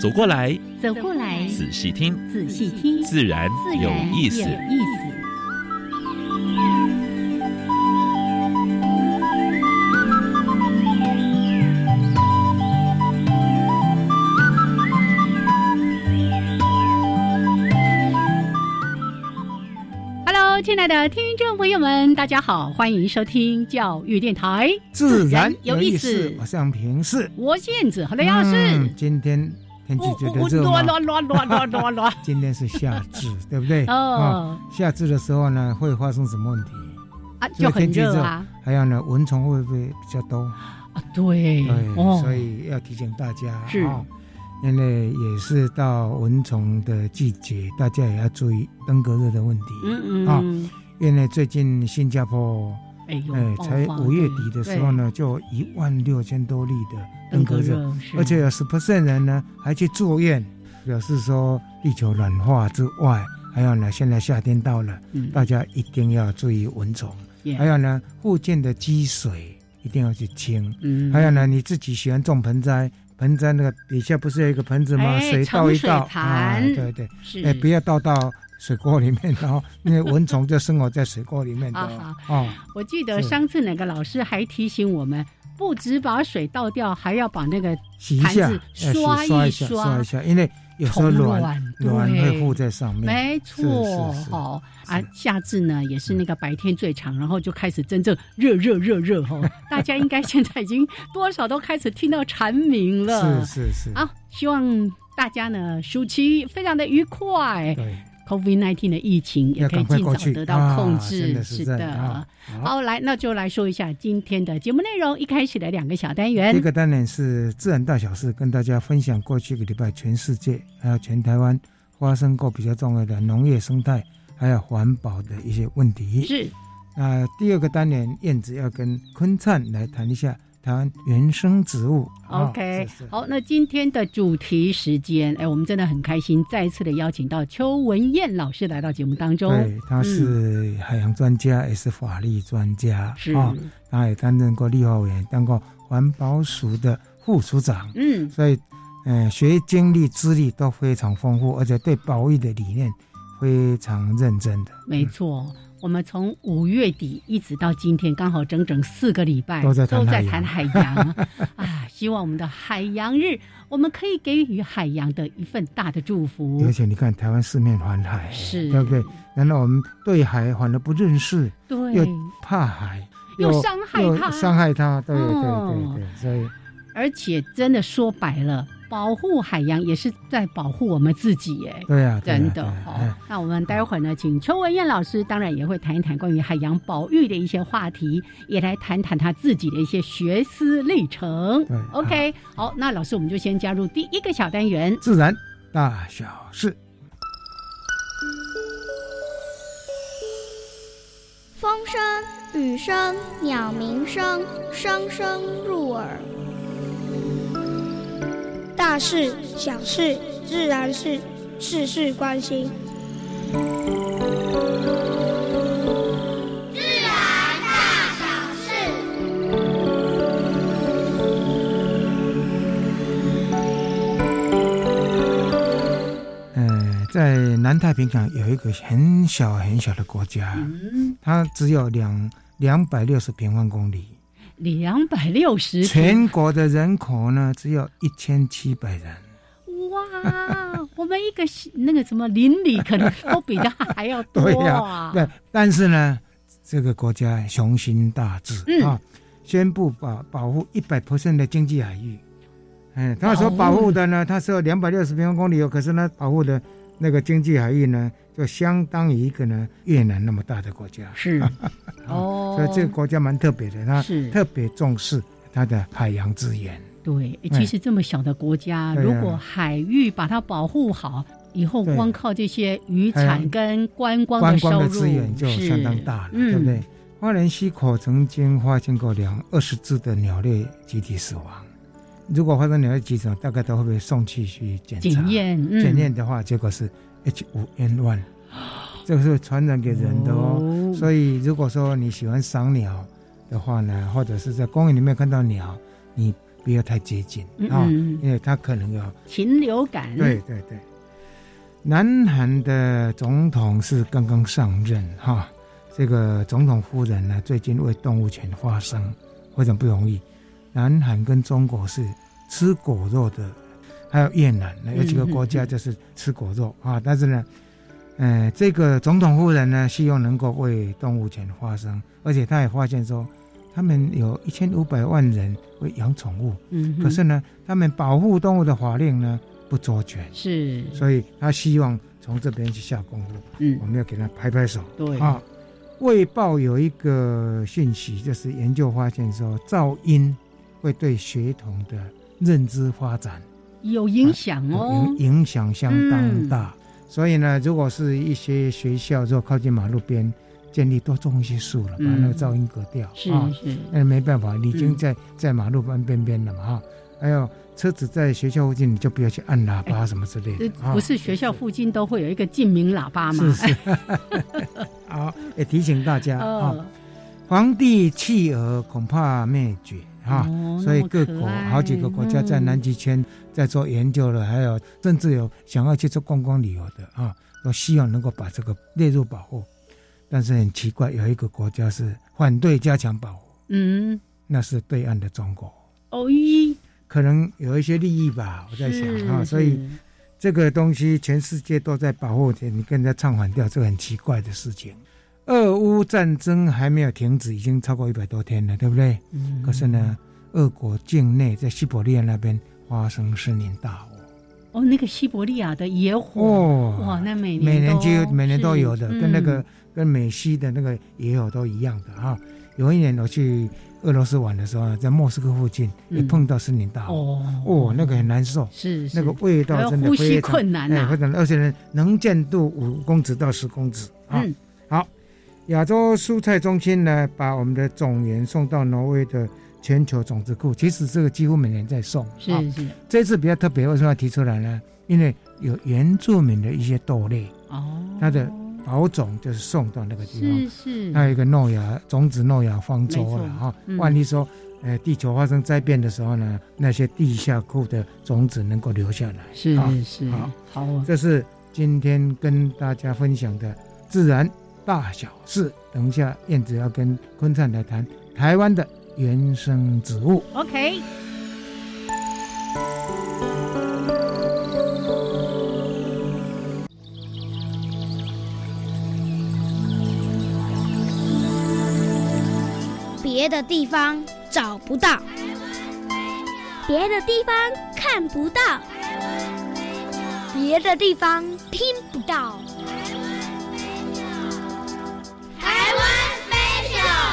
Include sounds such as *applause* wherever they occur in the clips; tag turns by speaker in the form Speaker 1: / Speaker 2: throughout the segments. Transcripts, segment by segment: Speaker 1: 走过来，
Speaker 2: 走过来，
Speaker 1: 仔细听，
Speaker 2: 仔细听，
Speaker 1: 自然
Speaker 2: 自
Speaker 1: 有
Speaker 2: 然
Speaker 1: 意思。
Speaker 2: 有意思。Hello，亲爱的听众朋友们，大家好，欢迎收听教育电台，
Speaker 3: 自然
Speaker 2: 有
Speaker 3: 有
Speaker 2: 意
Speaker 3: 意
Speaker 2: 思
Speaker 3: 思。我是杨平是，
Speaker 2: 我燕子和雷哦亚是。
Speaker 3: 嗯今天天气
Speaker 2: 我
Speaker 3: 觉
Speaker 2: 我
Speaker 3: 得热
Speaker 2: 乱
Speaker 3: 吗？
Speaker 2: 乱乱乱乱乱
Speaker 3: *laughs*
Speaker 2: 乱
Speaker 3: 今天是夏至，对不对？
Speaker 2: *laughs*
Speaker 3: 啊，
Speaker 2: 哦
Speaker 3: 夏至的时候呢，会发生什么问题？
Speaker 2: 啊，
Speaker 3: 这
Speaker 2: 就
Speaker 3: 个
Speaker 2: 很
Speaker 3: 天气
Speaker 2: 热
Speaker 3: 热
Speaker 2: 啊
Speaker 3: 还有呢，蚊虫会不会比较多？
Speaker 2: 啊，对
Speaker 3: 对，
Speaker 2: 哦
Speaker 3: 所以要提醒大家
Speaker 2: 是
Speaker 3: 啊因为也是到蚊虫的季节，大家也要注意登革热的问题。
Speaker 2: 嗯
Speaker 3: 啊
Speaker 2: 嗯，
Speaker 3: 因为最近新加坡，
Speaker 2: 哎呦，
Speaker 3: 哎，
Speaker 2: 爆
Speaker 3: 才
Speaker 2: 发
Speaker 3: 五月底的时候，呢，就一万六千多例的
Speaker 2: 对登
Speaker 3: 登革
Speaker 2: 革
Speaker 3: 热。
Speaker 2: 热是，
Speaker 3: 而且有十 percent 人呢还去住院，表示说地球暖化之外，还有呢，现在夏天到了，
Speaker 2: 嗯
Speaker 3: 大家一定要注意蚊虫，
Speaker 2: 也
Speaker 3: 啊还有呢，附近的积水一定要去清，
Speaker 2: 嗯，
Speaker 3: 还有呢，你自己喜欢种盆栽。盆栽那个底下不是有一个盆子吗？
Speaker 2: 哎
Speaker 3: 水倒一
Speaker 2: 盛水，
Speaker 3: 倒
Speaker 2: 嗯盘
Speaker 3: 哎对对，
Speaker 2: 是
Speaker 3: 哎，不要倒到水锅里面，然后因为蚊虫就生活在水锅里面的
Speaker 2: 啊
Speaker 3: 哦哦，
Speaker 2: 我记得
Speaker 3: 是
Speaker 2: 上次哪个老师还提醒我们，不只把水倒掉，还要把那个
Speaker 3: 洗一下
Speaker 2: 盘，子
Speaker 3: 哎
Speaker 2: 刷一
Speaker 3: 刷一下，
Speaker 2: 刷
Speaker 3: 刷一下，因为有时候
Speaker 2: 虫
Speaker 3: 卵
Speaker 2: 卵
Speaker 3: 卵会附
Speaker 2: 对。
Speaker 3: 在上面，
Speaker 2: 没错
Speaker 3: 是，是
Speaker 2: 哦
Speaker 3: 是嗯
Speaker 2: 啊，夏至呢也是那个白天最长，然后就开始真正热热热热哦，大家应该现在已经多少都开始听到蝉鸣了。
Speaker 3: *laughs* 是是是，
Speaker 2: 啊，希望大家呢暑期非常的愉快
Speaker 3: 对，
Speaker 2: ，COVID 1 9的疫情也
Speaker 3: 要
Speaker 2: 可以
Speaker 3: 赶快
Speaker 2: 尽
Speaker 3: 过
Speaker 2: 早
Speaker 3: 去，
Speaker 2: 得到控制。
Speaker 3: 啊、真的是这样
Speaker 2: 的
Speaker 3: 啊。。好
Speaker 2: 好，来，那就来说一下今天的节目内容。一开始的两个小单元
Speaker 3: 这，个当然是自然大小事，跟大家分享过去一个礼拜全世界还有全台湾发生过比较重要的农业生态还有环保的一些问题。
Speaker 2: 是
Speaker 3: 那、第二个单元，燕子要跟坤灿来谈一下台湾原生植物。啊
Speaker 2: OK，
Speaker 3: 是是
Speaker 2: 好，那今天的主题时间，哎，我们真的很开心，再一次的邀请到邱文燕老师来到节目当中。
Speaker 3: 对，他是海洋专家，也是法律专家，
Speaker 2: 嗯是，
Speaker 3: 啊他也担任过立法委员，当过环保署的副署长，
Speaker 2: 嗯，
Speaker 3: 所以，嗯、学经历、资历都非常丰富，而且对保育的理念非常认真的，
Speaker 2: 没错。我们从五月底一直到今天，刚好整整四个礼拜
Speaker 3: 都在谈
Speaker 2: 谈海洋啊！希望我们的海洋日，我们可以给予海洋的一份大的祝福
Speaker 3: 嗯而。且你看，台湾四面环海，
Speaker 2: 是
Speaker 3: 对不对？难道我们对海反而不认识，
Speaker 2: 对，
Speaker 3: 又怕海，
Speaker 2: 又伤害它
Speaker 3: 又伤害它？对对
Speaker 2: 哦
Speaker 3: 对对，所以
Speaker 2: 而且真的说白了，保护海洋也是在保护我们自己耶。
Speaker 3: 对呀、啊，对啊
Speaker 2: 真的
Speaker 3: 对啊
Speaker 2: 哦
Speaker 3: 哎，
Speaker 2: 那我们待会儿呢，请邱文燕老师，当然也会谈一谈关于海洋保育的一些话题，也来谈谈他自己的一些学思历程
Speaker 3: 对。啊
Speaker 2: OK，好，那老师我们就先加入第一个小单元。
Speaker 3: 自然大小事。
Speaker 4: 风声、雨声、鸟鸣声，声声入耳。
Speaker 5: 大事、小事、自然是事事关心。
Speaker 3: 呃，在南太平洋有一个很小很小的国家，
Speaker 2: 嗯，
Speaker 3: 它只有两两百六十平方公里，
Speaker 2: 两百六十
Speaker 3: 全国的人口呢只有一千七百人。
Speaker 2: 哇，我们一个那个什么邻里可能都比他还要多
Speaker 3: *laughs* 对呀、
Speaker 2: 啊。
Speaker 3: 对，但是呢，这个国家雄心大志、
Speaker 2: 嗯
Speaker 3: 啊，宣布保保护一百 percent 的经济海域。哎，他所
Speaker 2: 保
Speaker 3: 保
Speaker 2: 护
Speaker 3: 护的呢，他是有两百六十平方公里哦，可是呢，保护的那个经济海域呢，就相当于一个呢越南那 *laughs* 么大的国家。
Speaker 2: 是哦，
Speaker 3: 所以这个国家蛮特别的，它
Speaker 2: 是
Speaker 3: 特别重视它的海洋资源。
Speaker 2: 对，诶
Speaker 3: 哎
Speaker 2: 其实这么小的国家，
Speaker 3: 对啊
Speaker 2: 如果海域把它保护好，以后
Speaker 3: 对
Speaker 2: 光靠这些渔
Speaker 3: 还
Speaker 2: 产
Speaker 3: 有
Speaker 2: 跟观光
Speaker 3: 观
Speaker 2: 收入
Speaker 3: 光的资源就是相当大了，
Speaker 2: 嗯、
Speaker 3: 对不对？？花莲溪口曾经发现过两二十只的鸟类集体死亡，如果发生鸟类集体死亡，大概都会被送去去检查
Speaker 2: 检验，嗯、
Speaker 3: 啊检验的话，结果是 H 5 N 1这个是传染给人的哦。
Speaker 2: 哦
Speaker 3: 所以如果说你喜欢赏鸟的话呢，或者是在公园里面看到鸟，你不要太接近
Speaker 2: 嗯
Speaker 3: 啊、
Speaker 2: 嗯
Speaker 3: 因为它可能有
Speaker 2: 禽流感，
Speaker 3: 对，对对，南韩的总统是刚刚上任哈，这个总统夫人呢，最近为动物权发声，非常不容易。南韩跟中国是吃狗肉的，还有越南呢，有几个国家就是吃狗肉啊。但是呢，呃，这个总统夫人呢，希望能够为动物权发声，而且他也发现说，他们有一千五百万人会养宠物，
Speaker 2: 嗯哼，
Speaker 3: 可是呢，他们保护动物的法令呢不周全，
Speaker 2: 是，
Speaker 3: 所以他希望从这边去下功夫。
Speaker 2: 嗯
Speaker 3: 我，们要给他拍拍手
Speaker 2: 对，
Speaker 3: 啊！卫报有一个讯息，就是研究发现说，噪音会对血统的认知发展
Speaker 2: 有影响哦嗯
Speaker 3: 影，影响相当大。所以呢，如果是一些学校，如果靠近马路边建立多种一些树了，把
Speaker 2: 嗯
Speaker 3: 那个噪音隔掉
Speaker 2: 是嗯
Speaker 3: 啊。
Speaker 2: 是，
Speaker 3: 那没办法，你已经在、在马路边边边了嘛哈。还有车子在学校附近，你就不要去按喇
Speaker 2: 哎
Speaker 3: 叭什么之类
Speaker 2: 这
Speaker 3: 的。啊
Speaker 2: 不是学校附近都会有一个禁鸣喇叭
Speaker 3: 是
Speaker 2: 吗？
Speaker 3: 是。 *laughs* 好，也提醒大家啊，
Speaker 2: 哦
Speaker 3: 皇帝弃儿恐怕灭绝啊。
Speaker 2: 哦
Speaker 3: 所以
Speaker 2: 那么
Speaker 3: 各
Speaker 2: 可
Speaker 3: 国
Speaker 2: 爱嗯
Speaker 3: 好几个国家在南极圈在做研究了，还有甚至有想要去做观光旅游的啊，都希望能够把这个列入保护。但是很奇怪，有一个国家是反对加强保护，
Speaker 2: 嗯，嗯
Speaker 3: 那是对岸的中国。
Speaker 2: 哦一
Speaker 3: 可能有一些利益吧，我在想啊，所以这个东西全世界都在保护着，你跟人家唱反调，这个很奇怪的事情。俄乌战争还没有停止，已经超过一百多天了，对不对？可是，呢，俄国境内在西伯利亚那边发生森林大火，
Speaker 2: 是哦，那个西伯利亚的野火，
Speaker 3: 哦，
Speaker 2: 哇，那每年
Speaker 3: 每年
Speaker 2: 都
Speaker 3: 就有每年都有的，
Speaker 2: 是
Speaker 3: 跟那
Speaker 2: 嗯
Speaker 3: 个跟美西的那个也有都一样的啊。有一年我去俄罗斯玩的时候，在莫斯科附近也
Speaker 2: 嗯
Speaker 3: 碰到森林大火，
Speaker 2: 哦
Speaker 3: 哦，那个很难受。
Speaker 2: 是是
Speaker 3: 那个味
Speaker 2: 还
Speaker 3: 道
Speaker 2: 有
Speaker 3: 真的
Speaker 2: 呼
Speaker 3: 非
Speaker 2: 吸
Speaker 3: 常
Speaker 2: 困难啊
Speaker 3: 哎，非
Speaker 2: 呐，
Speaker 3: 常，而且呢，能见度五公尺到十公尺啊。
Speaker 2: 嗯
Speaker 3: 亚洲蔬菜中心呢，把我们的种源送到挪威的全球种子库，其实这个几乎每年在送。啊
Speaker 2: 是是
Speaker 3: 这次比较特别，为什么要提出来呢？因为有原住民的一些豆类
Speaker 2: 哦，
Speaker 3: 它的保种，就是送到那个地方。
Speaker 2: 是是
Speaker 3: 还有一个诺亚种子诺亚方舟了
Speaker 2: 没错
Speaker 3: 哈，
Speaker 2: 嗯
Speaker 3: 万一说，呃，地球发生灾变的时候呢，那些地下库的种子能够留下来。啊
Speaker 2: 是是
Speaker 3: 好
Speaker 2: 好哦，
Speaker 3: 这是今天跟大家分享的自然大小事。等一下，燕子要跟坤灿来谈台湾的原生植物。
Speaker 2: OK。
Speaker 5: 别的地方找不到。
Speaker 4: 别的地方看不到，别的地方听不到。台湾 special。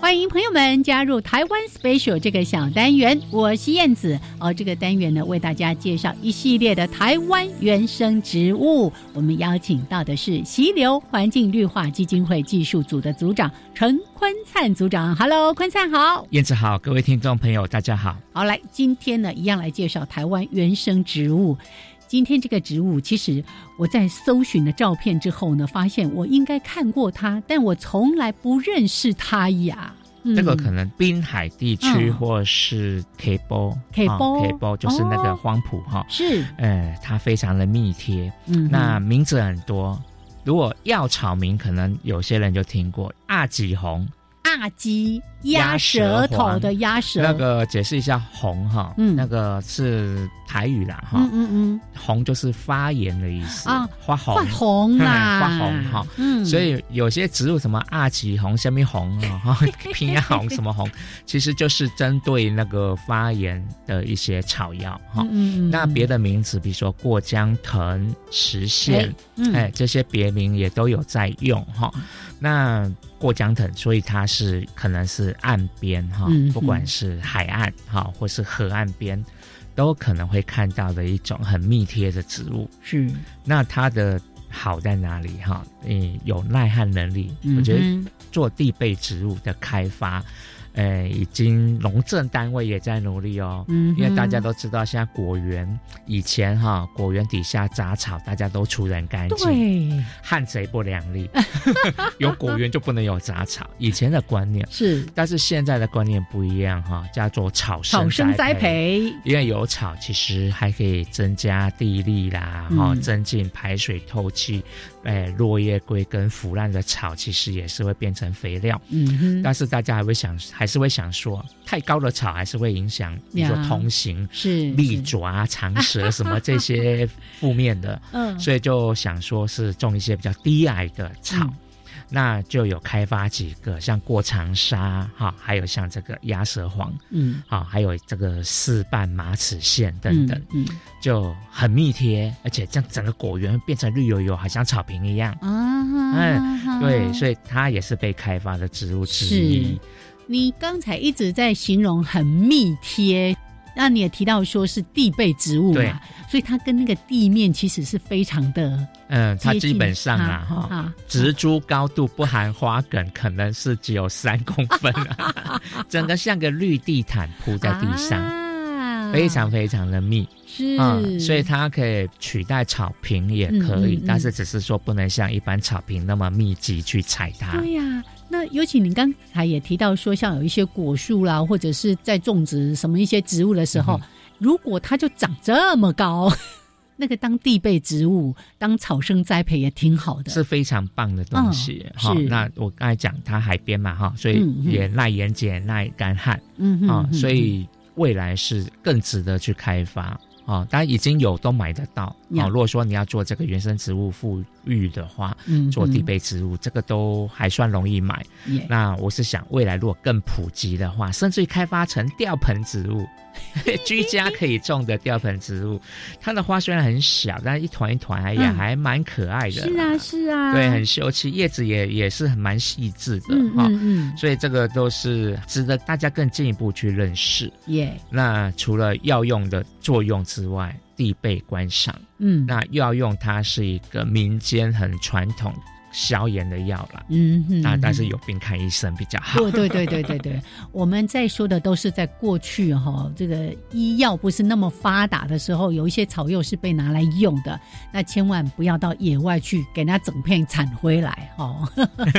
Speaker 2: 欢迎朋友们加入台湾 Special 这个小单元，我是燕子。哦，这个单元呢，为大家介绍一系列的台湾原生植物。我们邀请到的是溪流环境绿化基金会技术组的组长陈坤灿组长。Hello，坤灿好。
Speaker 6: 燕子好，各位听众朋友，大家好。
Speaker 2: 好，来，今天呢，一样来介绍台湾原生植物。今天这个植物，其实我在搜寻了照片之后呢，发现我应该看过它，但我从来不认识它呀。嗯
Speaker 6: 这个可能滨海地区
Speaker 2: 嗯
Speaker 6: 或是 K 波哦
Speaker 2: 溪埔
Speaker 6: K 波就是那个荒埔哈，
Speaker 2: 是，
Speaker 6: 呃，它非常的密贴。
Speaker 2: 哦嗯哼，
Speaker 6: 那名字很多，如果药草名，可能有些人就听过阿几红，
Speaker 2: 阿基鸭舌头的鸭舌，
Speaker 6: 那个解释一下“红”哈，
Speaker 2: 嗯
Speaker 6: 那个是台语啦哈，
Speaker 2: 嗯嗯
Speaker 6: 红就是发炎的意思
Speaker 2: 啊，
Speaker 6: 发
Speaker 2: 嗯，
Speaker 6: 红
Speaker 2: 发红啦，
Speaker 6: 嘿哎发红哈，
Speaker 2: 嗯，
Speaker 6: 所以有些植物什么阿奇红、虾米红啊、
Speaker 2: *laughs*
Speaker 6: 哈平安红什么红，其实就是针对那个发炎的一些草药哈。
Speaker 2: 嗯
Speaker 6: 那别的名词，比如说过江藤、石
Speaker 2: 哎
Speaker 6: 线，
Speaker 2: 嗯
Speaker 6: 哎，这些别名也都有在用哈。那过江藤，所以它是可能是岸边哈
Speaker 2: 嗯，
Speaker 6: 不管是海岸哈，或是河岸边，都可能会看到的一种很密贴的植物。
Speaker 2: 是
Speaker 6: 那它的好在哪里哈？嗯，有耐旱能力，我觉得
Speaker 2: 嗯哼
Speaker 6: 做地被植物的开发，呃，已经农政单位也在努力哦。
Speaker 2: 嗯哼
Speaker 6: 因为大家都知道，现在果园以前哈，果园底下杂草大家都除人干净，
Speaker 2: 嗯对
Speaker 6: 旱贼不两
Speaker 2: *laughs*
Speaker 6: 立，有果园就不能有杂草，以前的观念。
Speaker 2: 是
Speaker 6: 但是现在的观念不一样哈，叫做草生
Speaker 2: 草生栽
Speaker 6: 培
Speaker 2: 培，
Speaker 6: 因为有草，其实还可以增加地力啦，
Speaker 2: 嗯
Speaker 6: 哈、增进排水透气。哎，落叶归根，腐烂的草其实也是会变成肥料。
Speaker 2: 嗯哼，
Speaker 6: 但是大家还会想，还是会想说，太高的草还是会影响，比如说
Speaker 2: 呀
Speaker 6: 通行、
Speaker 2: 是
Speaker 6: 利，
Speaker 2: 是 *laughs*
Speaker 6: 爪、啊长舌什么这些负面的，
Speaker 2: 嗯，
Speaker 6: 所以就想说是种一些比较低矮的草。
Speaker 2: 嗯
Speaker 6: 那就有开发几个，像过长沙哈，还有像这个鸭舌黄，
Speaker 2: 嗯
Speaker 6: 啊，还有这个四瓣马齿苋等等，
Speaker 2: 嗯
Speaker 6: 就很密贴，而且这样整个果园变成绿油油，好像草坪一样。
Speaker 2: 嗯啊，
Speaker 6: 哎对，所以它也是被开发的植物之
Speaker 2: 是
Speaker 6: 一。，
Speaker 2: 你刚才一直在形容很密贴，那你也提到说是地被植物
Speaker 6: 对
Speaker 2: 嘛，所以它跟那个地面其实是非常的
Speaker 6: 嗯，它
Speaker 2: 接近
Speaker 6: 基本上啊，
Speaker 2: 啊
Speaker 6: 哈、
Speaker 2: 啊
Speaker 6: 植株高度不含花梗，可能是只有三公分、
Speaker 2: *laughs*
Speaker 6: 啊，整个像个绿地毯铺在地上，
Speaker 2: 啊
Speaker 6: 非常非常的密。
Speaker 2: 是
Speaker 6: 嗯，所以它可以取代草坪也可以，
Speaker 2: 嗯嗯嗯
Speaker 6: 但是只是说不能像一般草坪那么密集去踩它。
Speaker 2: 对呀、那尤其你刚才也提到说，像有一些果树啦，或者是在种植什么一些植物的时候，
Speaker 6: 嗯
Speaker 2: 如果它就长这么高， *laughs* 那个当地被植物、当草生栽培也挺好的。
Speaker 6: 是非常棒的东西
Speaker 2: 嗯
Speaker 6: 哈、
Speaker 2: 是
Speaker 6: 那我刚才讲它海边嘛哈，所
Speaker 2: 嗯
Speaker 6: 以
Speaker 2: 嗯
Speaker 6: 也耐盐碱、也耐干旱
Speaker 2: 嗯哼
Speaker 6: 啊、
Speaker 2: 嗯哼
Speaker 6: 所以未来是更值得去开发。啊，当然已经有都买得到
Speaker 2: 呀
Speaker 6: 啊。如果说你要做这个原生植物富裕的话，
Speaker 2: 嗯哼嗯
Speaker 6: 做地被植物，这个都还算容易买。
Speaker 2: 也
Speaker 6: 那我是想，未来如果更普及的话，甚至于开发成吊盆
Speaker 2: *laughs*
Speaker 6: 植物，居家可以种的吊盆植物，它的花虽然很小，但是一团一团，哎呀，
Speaker 2: 嗯
Speaker 6: 还蛮可爱的啦。
Speaker 2: 是啊是啊，
Speaker 6: 对，很秀气，叶子也也是很蛮细致的
Speaker 2: 嗯
Speaker 6: 哈、
Speaker 2: 嗯嗯
Speaker 6: 所以这个都是值得大家更进一步去认识。
Speaker 2: 也
Speaker 6: 那除了药用的作用之外，地被观赏，
Speaker 2: 嗯
Speaker 6: 那药用它是一个民间很传统消炎的药啦。
Speaker 2: 嗯哼
Speaker 6: 那但
Speaker 2: 嗯
Speaker 6: 是有病看医生比较好。
Speaker 2: *laughs* 对对对对对对，我们在说的都是在过去哈、这个医药不是那么发达的时候，有一些草药是被拿来用的，那千万不要到野外去给人家整片铲回来哦。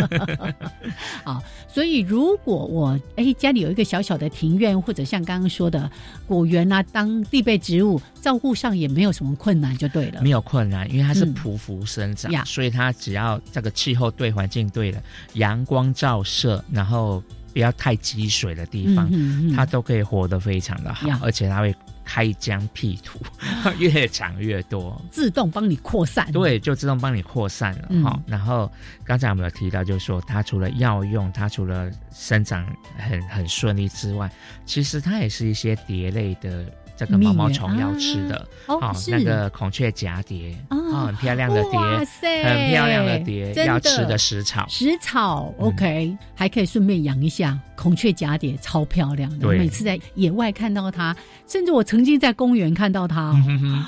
Speaker 6: *laughs*
Speaker 2: *laughs* 好，所以如果我哎家里有一个小小的庭院，或者像刚刚说的果园啊，当地被植物照顾上也没有什么困难就对了
Speaker 6: 没。有困难，因为它是
Speaker 2: 嗯
Speaker 6: 匍匐生长，
Speaker 2: 呀
Speaker 6: 所以它只要这个气候对、环境对了，阳光照射，然后不要太积水的地方，
Speaker 2: 嗯
Speaker 6: 它都可以活得非常的好
Speaker 2: 呀，
Speaker 6: 而且它会开疆辟土， *laughs* 越长越多。
Speaker 2: 自动帮你扩散。
Speaker 6: 对，就自动帮你扩散了
Speaker 2: 嗯
Speaker 6: 哈、然后刚才我们有提到，就是说它除了药用，它除了生长很很顺利之外，其实它也是一些蝶类的这个
Speaker 2: 蜜
Speaker 6: 毛毛
Speaker 2: 源
Speaker 6: 虫要吃的。
Speaker 2: 哦，
Speaker 6: 哦，
Speaker 2: 是
Speaker 6: 那个孔雀蛱蝶
Speaker 2: 啊
Speaker 6: 哦，很漂亮的蝶，
Speaker 2: 哇塞，
Speaker 6: 很漂亮的蝶
Speaker 2: 真
Speaker 6: 要吃的食草，
Speaker 2: 食草
Speaker 6: 嗯
Speaker 2: ，OK，、还可以顺便养一下孔雀蛱蝶，超漂亮的。
Speaker 6: 对
Speaker 2: 每次在野外看到它，甚至我曾经在公园看到它，
Speaker 6: 嗯哼哼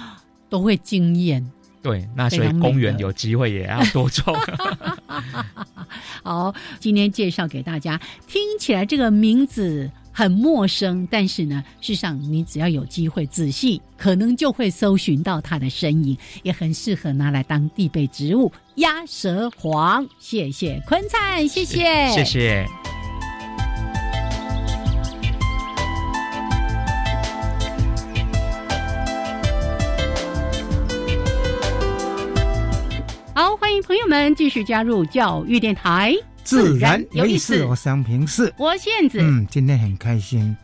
Speaker 2: 都会惊艳。
Speaker 6: *laughs* 对，那所
Speaker 2: 非
Speaker 6: 以
Speaker 2: 常美
Speaker 6: 公园
Speaker 2: 的哦
Speaker 6: 有机会也要多种。
Speaker 2: 好，今天介绍给大家，听起来这个名字很陌生，但是呢，事实上你只要有机会仔细，可能就会搜寻到它的身影，也很适合拿来当地被植物鸭舌黄。谢谢坤灿，谢谢，
Speaker 6: *laughs* 谢谢。
Speaker 2: 好，欢迎朋友们继续加入教育电台。
Speaker 3: 自然
Speaker 2: 自然有
Speaker 3: 有意
Speaker 2: 意
Speaker 3: 思，
Speaker 2: 思
Speaker 3: 我商平是。
Speaker 2: 我燕子
Speaker 3: 嗯，今天很开心，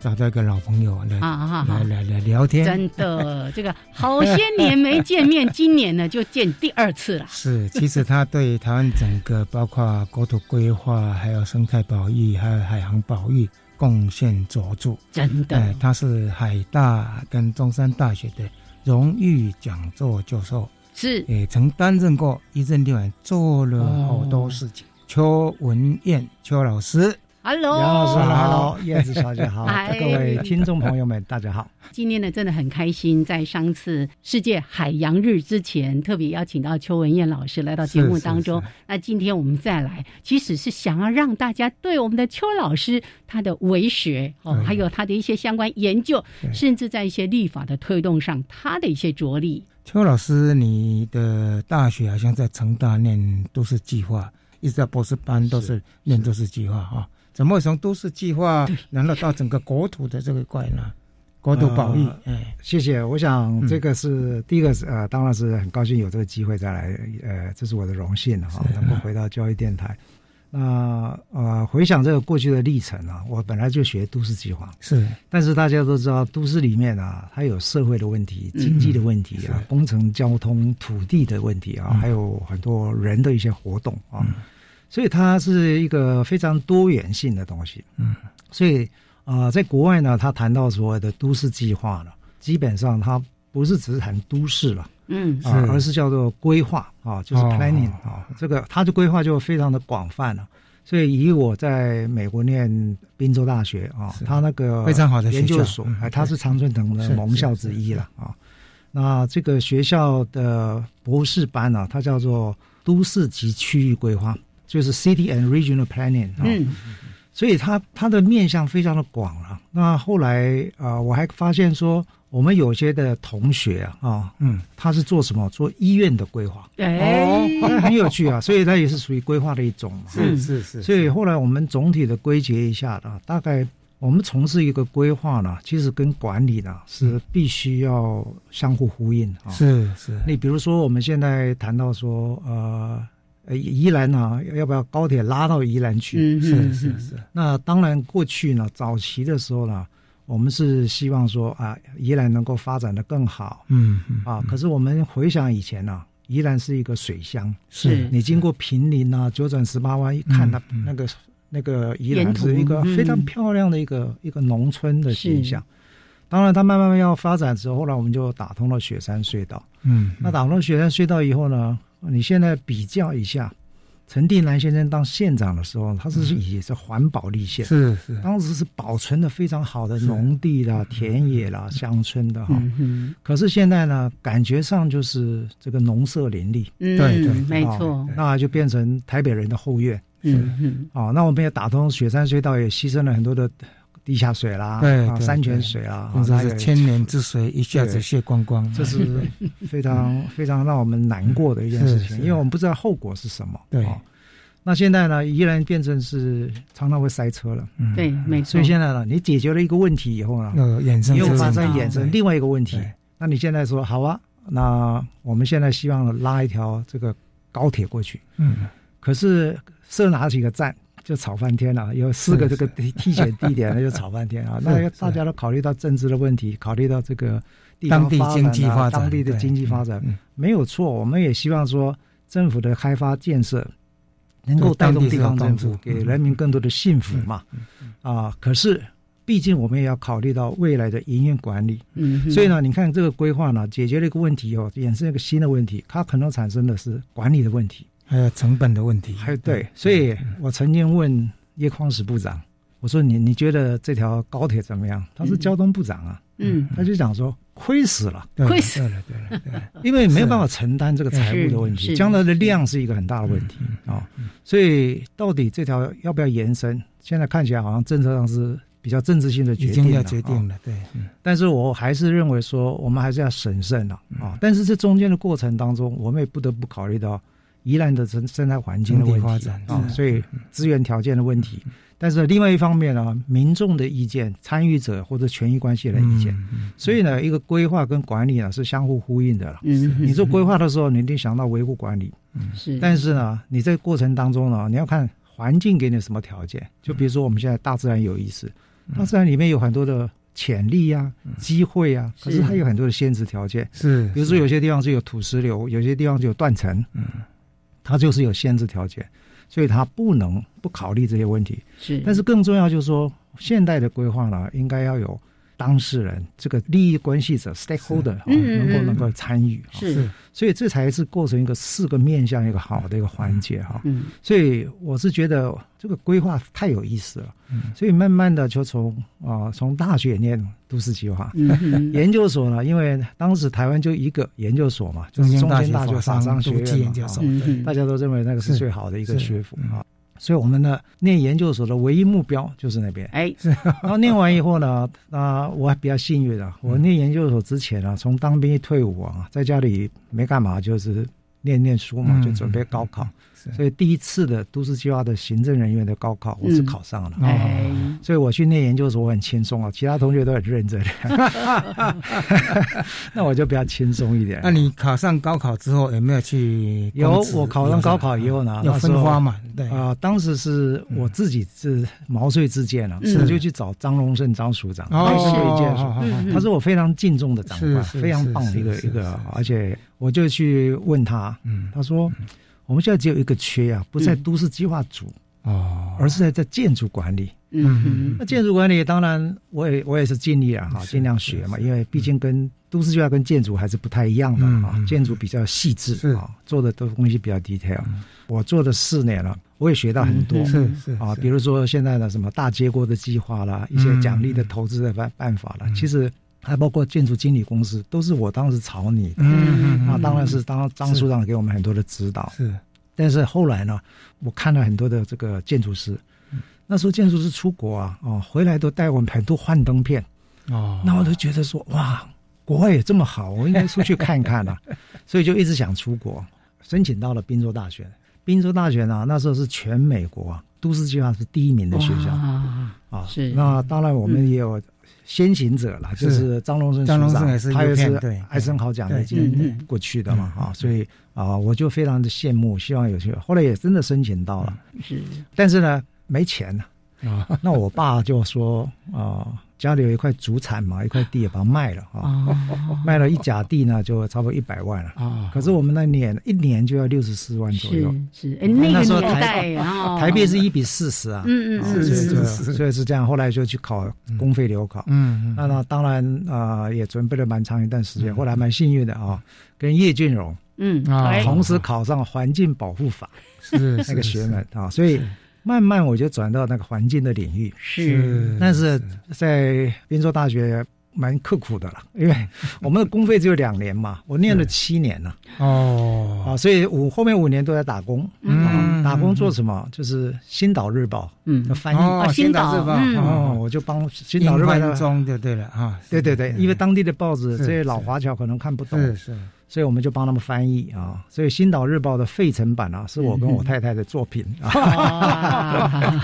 Speaker 3: 找到一个老朋友来、
Speaker 2: 啊啊
Speaker 3: 来
Speaker 2: 啊！
Speaker 7: 嗯
Speaker 3: 来来聊天。
Speaker 2: 真的，这个好些年没见面，今年呢就见第二次
Speaker 7: *laughs*
Speaker 2: 了。
Speaker 3: 是，其实他对台湾整个包括国土规划、还有生态保育、还有海洋保育贡献卓著。
Speaker 2: 真
Speaker 3: 哎
Speaker 2: 的，，
Speaker 3: 他是海大跟中山大学的荣誉讲座教授，
Speaker 2: 是
Speaker 3: 也曾担任过一任立委，做了好多事情。邱文燕，邱老师，
Speaker 7: 杨老师
Speaker 2: Hello，
Speaker 7: 好，叶子小姐好
Speaker 2: 嗨，
Speaker 7: 各位听众朋友们，大家好。
Speaker 2: 今天呢真的很开心，在上次世界海洋日之前，特别邀请到邱文燕老师来到节目当中。
Speaker 3: 是是
Speaker 2: 那今天我们再来，其实是想要让大家对我们的邱老师他的为学
Speaker 7: 哎
Speaker 2: 哦，
Speaker 3: 嗯
Speaker 2: 还有他的一些相关研究，
Speaker 3: 对
Speaker 2: 甚至在一些立法的推动上，他的一些着力。
Speaker 3: 邱老师，你的大学好像在成大念都市计划，一直到博士班都是念都市计划啊。怎么会从都市计划，然后到整个国土的这一块呢？国土保育，哎，
Speaker 7: 谢谢。我想
Speaker 3: 嗯
Speaker 7: 这个是、第一个是呃，当然是很高兴有这个机会再来，呃，这是我的荣幸哈、能够回到教育电台。那呃，回想这个过去的历程啊，我本来就学都市计划，
Speaker 3: 是
Speaker 7: 但是大家都知道，都市里面啊，它有社会的问题、经济的问题啊、
Speaker 3: 嗯是
Speaker 7: 工程、交通、土地的问题啊，
Speaker 3: 嗯
Speaker 7: 还有很多人的一些活动啊，
Speaker 3: 嗯
Speaker 7: 所以它是一个非常多元性的东西。
Speaker 3: 嗯，
Speaker 7: 所以啊、呃在国外呢，他谈到所谓的都市计划呢，基本上它不是只是谈都市了
Speaker 2: 嗯，
Speaker 7: 啊、
Speaker 3: 是
Speaker 7: 而是叫做规划啊，就是
Speaker 3: 哦
Speaker 7: planning 啊、这个它的规划就非常的广泛了。所以，以我在美国念宾州大学啊
Speaker 3: 是，
Speaker 7: 他那个
Speaker 3: 非常好的学校
Speaker 7: 研究所
Speaker 3: 嗯，
Speaker 7: 哎，它是常春藤
Speaker 3: 是
Speaker 7: 的盟校之一了啊。那这个学校的博士班呢、它叫做都市及区域规划，就是 City and Regional Planning 啊。
Speaker 2: 嗯，
Speaker 7: 所以它它的面向非常的广了、那后来啊、呃我还发现说，我们有些的同学啊，啊
Speaker 3: 嗯，
Speaker 7: 他是做什么？做医院的规划，
Speaker 2: 哎，
Speaker 7: 很有趣啊。所以它也是属于规划的一种嘛。
Speaker 2: 嗯
Speaker 3: 是是
Speaker 7: 所以后来我们总体的归结一下呢，大概我们从事一个规划呢，其实跟管理呢是必须要相互呼应啊。，
Speaker 3: 是是，
Speaker 7: 你比如说我们现在谈到说，呃，呃宜宜兰啊，要不要高铁拉到宜兰去？
Speaker 2: 嗯
Speaker 3: 是
Speaker 2: 嗯
Speaker 3: 是是，
Speaker 7: 那当然，过去呢，早期的时候呢，我们是希望说啊，宜兰能够发展的更好
Speaker 3: 嗯嗯
Speaker 7: 啊。可是我们回想以前呢、啊宜兰是一个水乡，
Speaker 2: 是
Speaker 7: 你经过平林啊、九转十八弯，一看
Speaker 3: 嗯
Speaker 7: 它
Speaker 3: 嗯
Speaker 7: 那个、那个宜
Speaker 2: 沿
Speaker 7: 兰
Speaker 2: 途
Speaker 7: 是一个
Speaker 2: 嗯
Speaker 7: 非常漂亮的一个、一个农村的形
Speaker 2: 是
Speaker 7: 象。当然，它慢慢慢要发展之后，后来我们就打通了雪山隧道。
Speaker 3: 嗯，
Speaker 7: 那打通雪山隧道以后呢，你现在比较一下，陈定南先生当县长的时候，他是也是环保立县。
Speaker 3: 是是
Speaker 7: 当时是保存的非常好的农地啦、田野啦、乡村的哈。
Speaker 2: 嗯哼，
Speaker 7: 可是现在呢，感觉上就是这个农舍林立，
Speaker 2: 嗯，
Speaker 3: 对对
Speaker 2: 没
Speaker 7: 啊
Speaker 2: 错，
Speaker 7: 那就变成台北人的后院
Speaker 2: 嗯哼，
Speaker 7: 啊。那我们也打通雪山隧道，也牺牲了很多的地下水啦、
Speaker 3: 对
Speaker 7: 啊
Speaker 3: 对
Speaker 7: 山泉水啦，
Speaker 3: 真
Speaker 7: 啊
Speaker 3: 是千，年之水一下子
Speaker 7: 对
Speaker 3: 泄光光，啊
Speaker 7: *laughs* 这是非常非常让我们难过的一件事
Speaker 3: 嗯是
Speaker 7: 情，
Speaker 3: 是
Speaker 7: 因为我们不知道后果是什么。
Speaker 3: 对
Speaker 7: 啊那现在呢，依然变成是常常会塞车了，
Speaker 3: 嗯
Speaker 2: 对，没错，
Speaker 7: 所以现在呢，你解决了一个问题以后呢，
Speaker 3: 呃，衍生
Speaker 7: 又
Speaker 3: 出
Speaker 7: 发
Speaker 3: 这
Speaker 7: 生
Speaker 3: 种
Speaker 7: 衍生
Speaker 3: 对
Speaker 7: 另外一个问题
Speaker 3: 对。
Speaker 7: 那你现在说好啊，那我们现在希望拉一条这个高铁过去，
Speaker 3: 嗯，
Speaker 7: 可是设哪几个站就吵翻天了、有四个这个地地选地点那就吵翻天啊。
Speaker 3: *laughs* 是
Speaker 7: 那
Speaker 3: 是
Speaker 7: 大家都考虑到政治的问题，考虑到这个地方
Speaker 3: 当地
Speaker 7: 发展啊
Speaker 3: 经济发展，
Speaker 7: 当地的
Speaker 3: 对
Speaker 7: 经济发展
Speaker 3: 嗯
Speaker 7: 没有错。我们也希望说政府的开发建设能够
Speaker 3: 对
Speaker 7: 带
Speaker 3: 当
Speaker 7: 动
Speaker 3: 地
Speaker 7: 地
Speaker 3: 是有
Speaker 7: 方政
Speaker 3: 帮助
Speaker 7: 府给
Speaker 3: 嗯
Speaker 7: 人民更多的幸福嘛。啊，可是毕竟我们也要考虑到未来的营运管理。
Speaker 2: 嗯哼，
Speaker 7: 所以呢，你看这个规划呢，解决了一个问题以后，衍生一个新的问题，它可能产生的是管理的问题。
Speaker 3: 还有成本的问题，
Speaker 7: 还有
Speaker 2: 嗯
Speaker 7: 对，所以我曾经问叶匡时部长，我说你你觉得这条高铁怎么样？他是
Speaker 2: 嗯
Speaker 7: 交通部长啊，
Speaker 2: 嗯，
Speaker 7: 他就讲说亏死了，
Speaker 3: 对
Speaker 2: 会
Speaker 3: 了
Speaker 2: 死
Speaker 3: 对了对
Speaker 7: *laughs*
Speaker 3: 了对了，
Speaker 7: 因为没有办法承担这个财务
Speaker 2: 是
Speaker 7: 的问
Speaker 2: 嗯是
Speaker 7: 题，将来的量是一个很大的问题
Speaker 2: 嗯
Speaker 7: 啊、哦所以到底这条要不要延伸？现在看起来好像政策上是比较政治性的
Speaker 3: 已
Speaker 7: 决
Speaker 3: 经
Speaker 7: 定了
Speaker 3: 要决
Speaker 7: 哦
Speaker 3: 定了，对，嗯
Speaker 7: 但是我还是认为说，我们还是要审慎了啊。但是这中间的过程当中，我们也不得不考虑到宜兰的生生态环境的问题
Speaker 3: 整体发展
Speaker 7: 啊，
Speaker 3: 是
Speaker 7: 所以资源条件的问题。但是另外一方面呢，民众的意见、参与者或者权益关系人的意见，
Speaker 3: 嗯
Speaker 7: 所以呢，一个规划跟管理呢是相互呼应的了。
Speaker 2: 嗯哼，
Speaker 7: 你做规划的时候，你一定想到维护管理，
Speaker 2: 是，
Speaker 7: 但是呢，你在过程当中呢，你要看环境给你什么条件。就比如说我们现在大自然有意思，大自然里面有很多的潜力啊、机会啊，可是它有很多的限制条件。
Speaker 3: 是，
Speaker 7: 比如说有些地方是有土石流，有些地方就有断层，
Speaker 3: 嗯，
Speaker 7: 它就是有限制条件，所以它不能不考虑这些问题。
Speaker 2: 是，
Speaker 7: 但是更重要就是说，现代的规划呢，应该要有当事人这个利益关系者 stakeholder 啊，
Speaker 2: 嗯嗯
Speaker 7: 能够
Speaker 2: 嗯
Speaker 7: 能够参与啊，
Speaker 2: 是，
Speaker 7: 所以这才是构成一个四个面向一个好的一个环节哈、
Speaker 2: 嗯，
Speaker 7: 所以我是觉得这个规划太有意思了，
Speaker 3: 嗯
Speaker 7: 所以慢慢的就从啊、从大学念都市计划，
Speaker 2: 嗯哼，
Speaker 7: 研究所呢，因为当时台湾就一个研究所嘛，就
Speaker 3: 中
Speaker 7: 是
Speaker 3: 间
Speaker 7: 中
Speaker 3: 大
Speaker 7: 间
Speaker 3: 学
Speaker 7: 大学
Speaker 3: 法
Speaker 7: 法商
Speaker 3: 商
Speaker 7: 学
Speaker 3: 读
Speaker 7: 院
Speaker 3: 技
Speaker 7: 嘛
Speaker 3: 研究
Speaker 7: 啊
Speaker 3: 所，
Speaker 2: 嗯哼，
Speaker 7: 大家都认为那个是
Speaker 3: 是
Speaker 7: 最好的一
Speaker 3: 是
Speaker 7: 个学府
Speaker 3: 嗯
Speaker 7: 啊。所以我们的念研究所的唯一目标就是哦
Speaker 3: *laughs*
Speaker 7: 那边。
Speaker 2: 哎，
Speaker 7: 然后念完以后呢，啊、我还比较幸运啊，
Speaker 3: 嗯
Speaker 7: 我念研究所之前啊，从当兵一退伍啊，在家里没干嘛，就是念念书嘛，
Speaker 3: 嗯
Speaker 7: 就准备高考。
Speaker 3: 是
Speaker 7: 所以第一次的都市计划的行政人员的高考，我是
Speaker 2: 嗯
Speaker 7: 考上了。
Speaker 2: 哎，
Speaker 7: 所以我去念研究所，我很轻松啊，其他同学都很认真。 *laughs* 那我就比较轻松一点。
Speaker 3: 那你考上高考之后有没有去公
Speaker 7: 有
Speaker 3: 职？
Speaker 7: 我考上高考以后呢，
Speaker 3: 有
Speaker 7: 那时候
Speaker 3: 分发嘛？对，
Speaker 7: 啊、当时是我自己是毛遂自荐了、
Speaker 2: 嗯
Speaker 7: 我就去找张荣胜张署长，
Speaker 3: 哦
Speaker 7: 他
Speaker 2: 是
Speaker 7: 是一件
Speaker 3: 好好好
Speaker 2: 嗯
Speaker 7: 他是我非常敬重的长官，
Speaker 3: 嗯是是
Speaker 7: 非常棒的
Speaker 3: 是
Speaker 7: 一个
Speaker 3: 是
Speaker 7: 一个
Speaker 3: 是
Speaker 7: 啊
Speaker 3: 是，
Speaker 7: 而且我就去问他，
Speaker 3: 嗯，
Speaker 7: 他说。我们现在只有一个缺啊，不在
Speaker 2: 嗯
Speaker 7: 都市计划组，
Speaker 3: 哦，
Speaker 7: 而是在在建筑管理。
Speaker 2: 嗯
Speaker 7: 那建筑管理当然，我也我也是尽力了啊哈，
Speaker 3: 是
Speaker 7: 尽量学嘛，
Speaker 3: 是是
Speaker 7: 因为毕竟跟都市计划跟建筑还是不太一样的
Speaker 3: 嗯
Speaker 7: 啊
Speaker 3: 嗯，
Speaker 7: 建筑比较细致
Speaker 3: 是嗯
Speaker 7: 啊，做的都东西比较 detail。我做了四年了，我也学到很多
Speaker 2: 嗯
Speaker 3: 是是
Speaker 7: 啊，
Speaker 3: 是
Speaker 7: 比如说现在的什么大接锅的计划啦，一些
Speaker 3: 嗯
Speaker 7: 奖励的投资的办办法啦，
Speaker 3: 嗯
Speaker 7: 其实还包括建筑经理公司，都是我当时草拟的。
Speaker 3: 嗯，
Speaker 7: 那
Speaker 3: 嗯
Speaker 7: 啊当然是啊当张署长给我们很多的指导，
Speaker 3: 是
Speaker 7: 但是后来呢，我看了很多的这个建筑师，
Speaker 3: 嗯
Speaker 7: 那时候建筑师出国啊，哦，回来都带我们很多幻灯片，
Speaker 3: 哦，
Speaker 7: 那我都觉得说哇，国外也这么好，我应该出去看
Speaker 3: *laughs*
Speaker 7: 看啊，所以就一直想出国，申请到了宾州大学。宾州大学呢，那时候是全美国啊，都市计划是第一名的学校
Speaker 2: 哇，
Speaker 7: 啊。
Speaker 2: 是
Speaker 7: 那当然我们也有先行者了，
Speaker 3: 是
Speaker 7: 就是张荣生
Speaker 3: 张荣
Speaker 7: 署长
Speaker 3: 生也是
Speaker 7: 他也
Speaker 3: 一片
Speaker 7: 是
Speaker 3: 对
Speaker 7: 艾森豪奖的
Speaker 3: 对
Speaker 7: 今年
Speaker 2: 嗯嗯
Speaker 7: 过去的嘛啊，所以啊，我就非常的羡慕，希望有些后来也真的申请到了，
Speaker 2: 是，
Speaker 7: 但是呢，没钱呐、 *laughs*
Speaker 3: 啊，
Speaker 7: 那我爸就说啊、家里有一块祖产嘛，一块地也把它卖了啊，
Speaker 2: 哦，
Speaker 7: 卖了一甲地呢，就差不多一百万了。
Speaker 3: 啊
Speaker 7: 可是我们那年一年就要六十四万左右，嗯
Speaker 2: 是是，哎，那个
Speaker 7: 那时候
Speaker 2: 年
Speaker 7: 台
Speaker 2: 代啊，
Speaker 7: 台币是一比四十啊，
Speaker 2: 嗯嗯
Speaker 7: 啊
Speaker 2: 嗯
Speaker 7: 所以
Speaker 3: 是
Speaker 7: 这
Speaker 3: 是是
Speaker 7: 所以是这样。后来就去考公费留考，
Speaker 3: 嗯，
Speaker 7: 那那当然啊、也准备了蛮长一段时间，后来蛮幸运的啊，跟叶俊荣
Speaker 2: 嗯，
Speaker 3: 啊
Speaker 2: 哎
Speaker 7: 同时考上环境保护法
Speaker 3: 是
Speaker 7: 那个学门啊，所以慢慢我就转到那个环境的领域。
Speaker 2: 是，
Speaker 3: 嗯
Speaker 7: 但是在宾州大学蛮刻苦的了，
Speaker 3: *laughs*
Speaker 7: 因为我们的公费只有两年嘛，我念了七年了
Speaker 3: 哦，
Speaker 7: 啊，所以五后面五年都在打工。
Speaker 3: 嗯
Speaker 7: 啊打工做什么？就是《新岛日报》
Speaker 2: 嗯
Speaker 7: 的翻译。
Speaker 3: 哦
Speaker 2: 啊，
Speaker 3: 先
Speaker 2: 新
Speaker 3: 打
Speaker 2: 岛
Speaker 3: 字吧，
Speaker 2: 嗯
Speaker 7: 哦，
Speaker 3: 哦，
Speaker 7: 我就帮《新
Speaker 3: 引
Speaker 7: 岛日报》
Speaker 3: 环
Speaker 7: 的。
Speaker 3: 中就对了啊，
Speaker 7: 对对对，因为当地的报纸
Speaker 3: 是
Speaker 7: 这些老华侨可能看不懂，
Speaker 3: 是嗯是
Speaker 7: 所以我们就帮他们翻译啊。所以《新岛日报》的费城版啊，是我跟
Speaker 3: 嗯
Speaker 7: 我太太的作
Speaker 3: *laughs*
Speaker 7: 品啊。
Speaker 2: 哇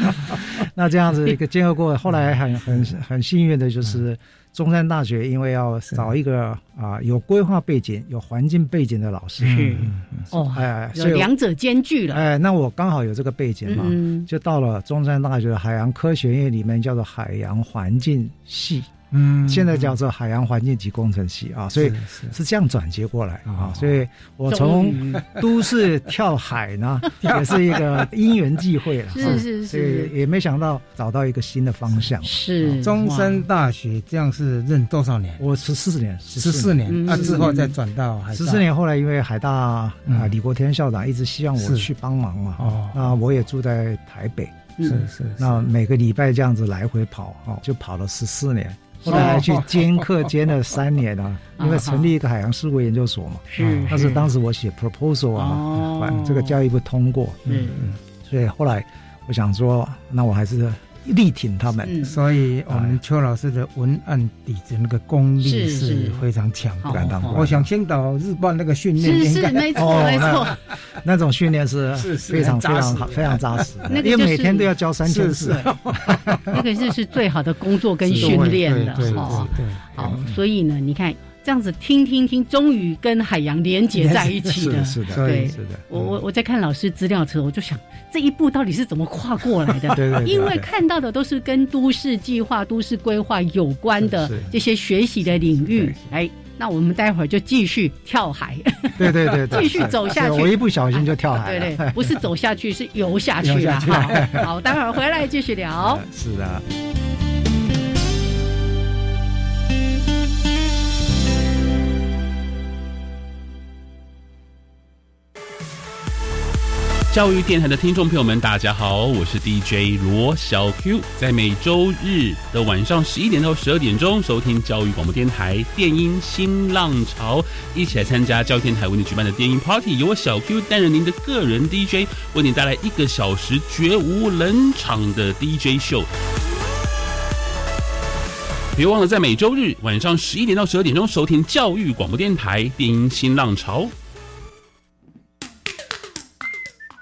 Speaker 7: 那这样子一个结合过，后来
Speaker 3: *laughs*
Speaker 7: 很很很幸运的
Speaker 3: 嗯
Speaker 7: 就是，中山大学因为要找一个啊、有规划背景、有环境背景的老师，
Speaker 2: 是
Speaker 3: 嗯
Speaker 2: 哦，
Speaker 7: *laughs* 哎，
Speaker 2: 有
Speaker 7: 所以我
Speaker 2: 两者兼具了，
Speaker 7: 哎，那我刚好有这个背景嘛，
Speaker 2: 嗯嗯
Speaker 7: 就到了中山大学的海洋科学院里面，叫做海洋环境系，
Speaker 3: 嗯，
Speaker 7: 现在叫做海洋环境及工程系啊，所以
Speaker 3: 是
Speaker 7: 是这样转接过来
Speaker 3: 哦，
Speaker 7: 啊所以我
Speaker 2: 终
Speaker 7: 从
Speaker 2: 于
Speaker 7: 都市跳海呢，也是一个因缘际会了，啊
Speaker 2: 是是
Speaker 7: 所以
Speaker 2: 是
Speaker 7: 也没想到找到一个新的方向。哎
Speaker 2: 是
Speaker 3: 中山大学这样是任多少年？
Speaker 7: 我十四年，十
Speaker 3: 十四年，
Speaker 2: 嗯
Speaker 3: 啊，之后再转到海大
Speaker 7: 十四，年后来，因为海大啊、
Speaker 3: 嗯
Speaker 7: 李国天校长一直希望我
Speaker 3: 是
Speaker 7: 去帮忙嘛，
Speaker 3: 哦
Speaker 7: 那我也住在台北，
Speaker 2: 嗯
Speaker 3: 是是，
Speaker 7: 那每个礼拜这样子来回跑，哦，就跑了十四年。后来还去兼课兼了三年啊，因为成立一个海洋事故研究所嘛，
Speaker 2: 是，
Speaker 7: 啊那是当时我写 proposal 啊，把
Speaker 2: 嗯哦，嗯
Speaker 7: 这个教育部通过，
Speaker 2: 是
Speaker 7: 所以后来我想说，那我还是力挺他们，
Speaker 2: 嗯
Speaker 3: 所以我们邱老师的文案底子那个功力
Speaker 2: 是
Speaker 3: 是
Speaker 2: 是
Speaker 3: 非常强
Speaker 2: 好
Speaker 7: 不
Speaker 3: 的。
Speaker 7: 敢当官。
Speaker 3: 我想青岛日报那个训练
Speaker 2: 是
Speaker 3: 应
Speaker 2: 是
Speaker 3: 该
Speaker 2: 没错
Speaker 7: 哦
Speaker 2: 没
Speaker 7: 那
Speaker 2: 错，
Speaker 7: *laughs* 那种训练是
Speaker 3: 是是
Speaker 7: 非常
Speaker 3: 很
Speaker 7: 非
Speaker 3: 扎实
Speaker 7: 常好，非常扎实
Speaker 2: *laughs*
Speaker 7: 的，
Speaker 2: 那个
Speaker 7: 因
Speaker 2: 就
Speaker 7: 为
Speaker 2: 是
Speaker 7: 每天都要教三千
Speaker 3: 是
Speaker 7: 次
Speaker 3: 是。
Speaker 7: *laughs*
Speaker 2: 那个是是最好的工作跟训练的
Speaker 3: 对对
Speaker 2: 哦。
Speaker 3: 对对，
Speaker 2: 好，所以呢，你看这样子听听听，终于跟海洋连接在一起
Speaker 7: 是
Speaker 2: 的
Speaker 7: 的，。是的，
Speaker 3: 所以
Speaker 2: 对
Speaker 7: 是的。
Speaker 2: 我我我在看老师资料的时候，我就想这一步到底是怎么跨过来的？
Speaker 7: *laughs* 对对对
Speaker 2: 因为看到的都是跟都市计划、都市规划有关的
Speaker 7: 是是
Speaker 2: 这些学习的领
Speaker 7: 是
Speaker 2: 域
Speaker 7: 是是。
Speaker 2: 哎，那我们待会儿就继续跳海，
Speaker 7: 对
Speaker 2: *laughs*
Speaker 7: 对对对，
Speaker 2: 继续走下去
Speaker 7: 对我一不小心就跳海
Speaker 2: 对
Speaker 7: 了。 *laughs*
Speaker 2: 对，不是走下去，是游下去
Speaker 7: 游
Speaker 2: 了。
Speaker 7: 下去
Speaker 2: 好，好，待会儿回来继续
Speaker 7: *laughs*
Speaker 2: 聊。
Speaker 7: 是的。
Speaker 1: 教育电台的听众朋友们，大家好，我是 DJ 罗小 Q，在每周日的晚上十一点到十二点钟收听教育广播电台电音新浪潮，一起来参加教育电台为你举办的电音 Party，由我小 Q 担任您的个人 DJ，为您带来一个小时绝无冷场的 DJ 秀。别忘了在每周日晚上十一点到十二点钟收听教育广播电台电音新浪潮。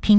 Speaker 8: 平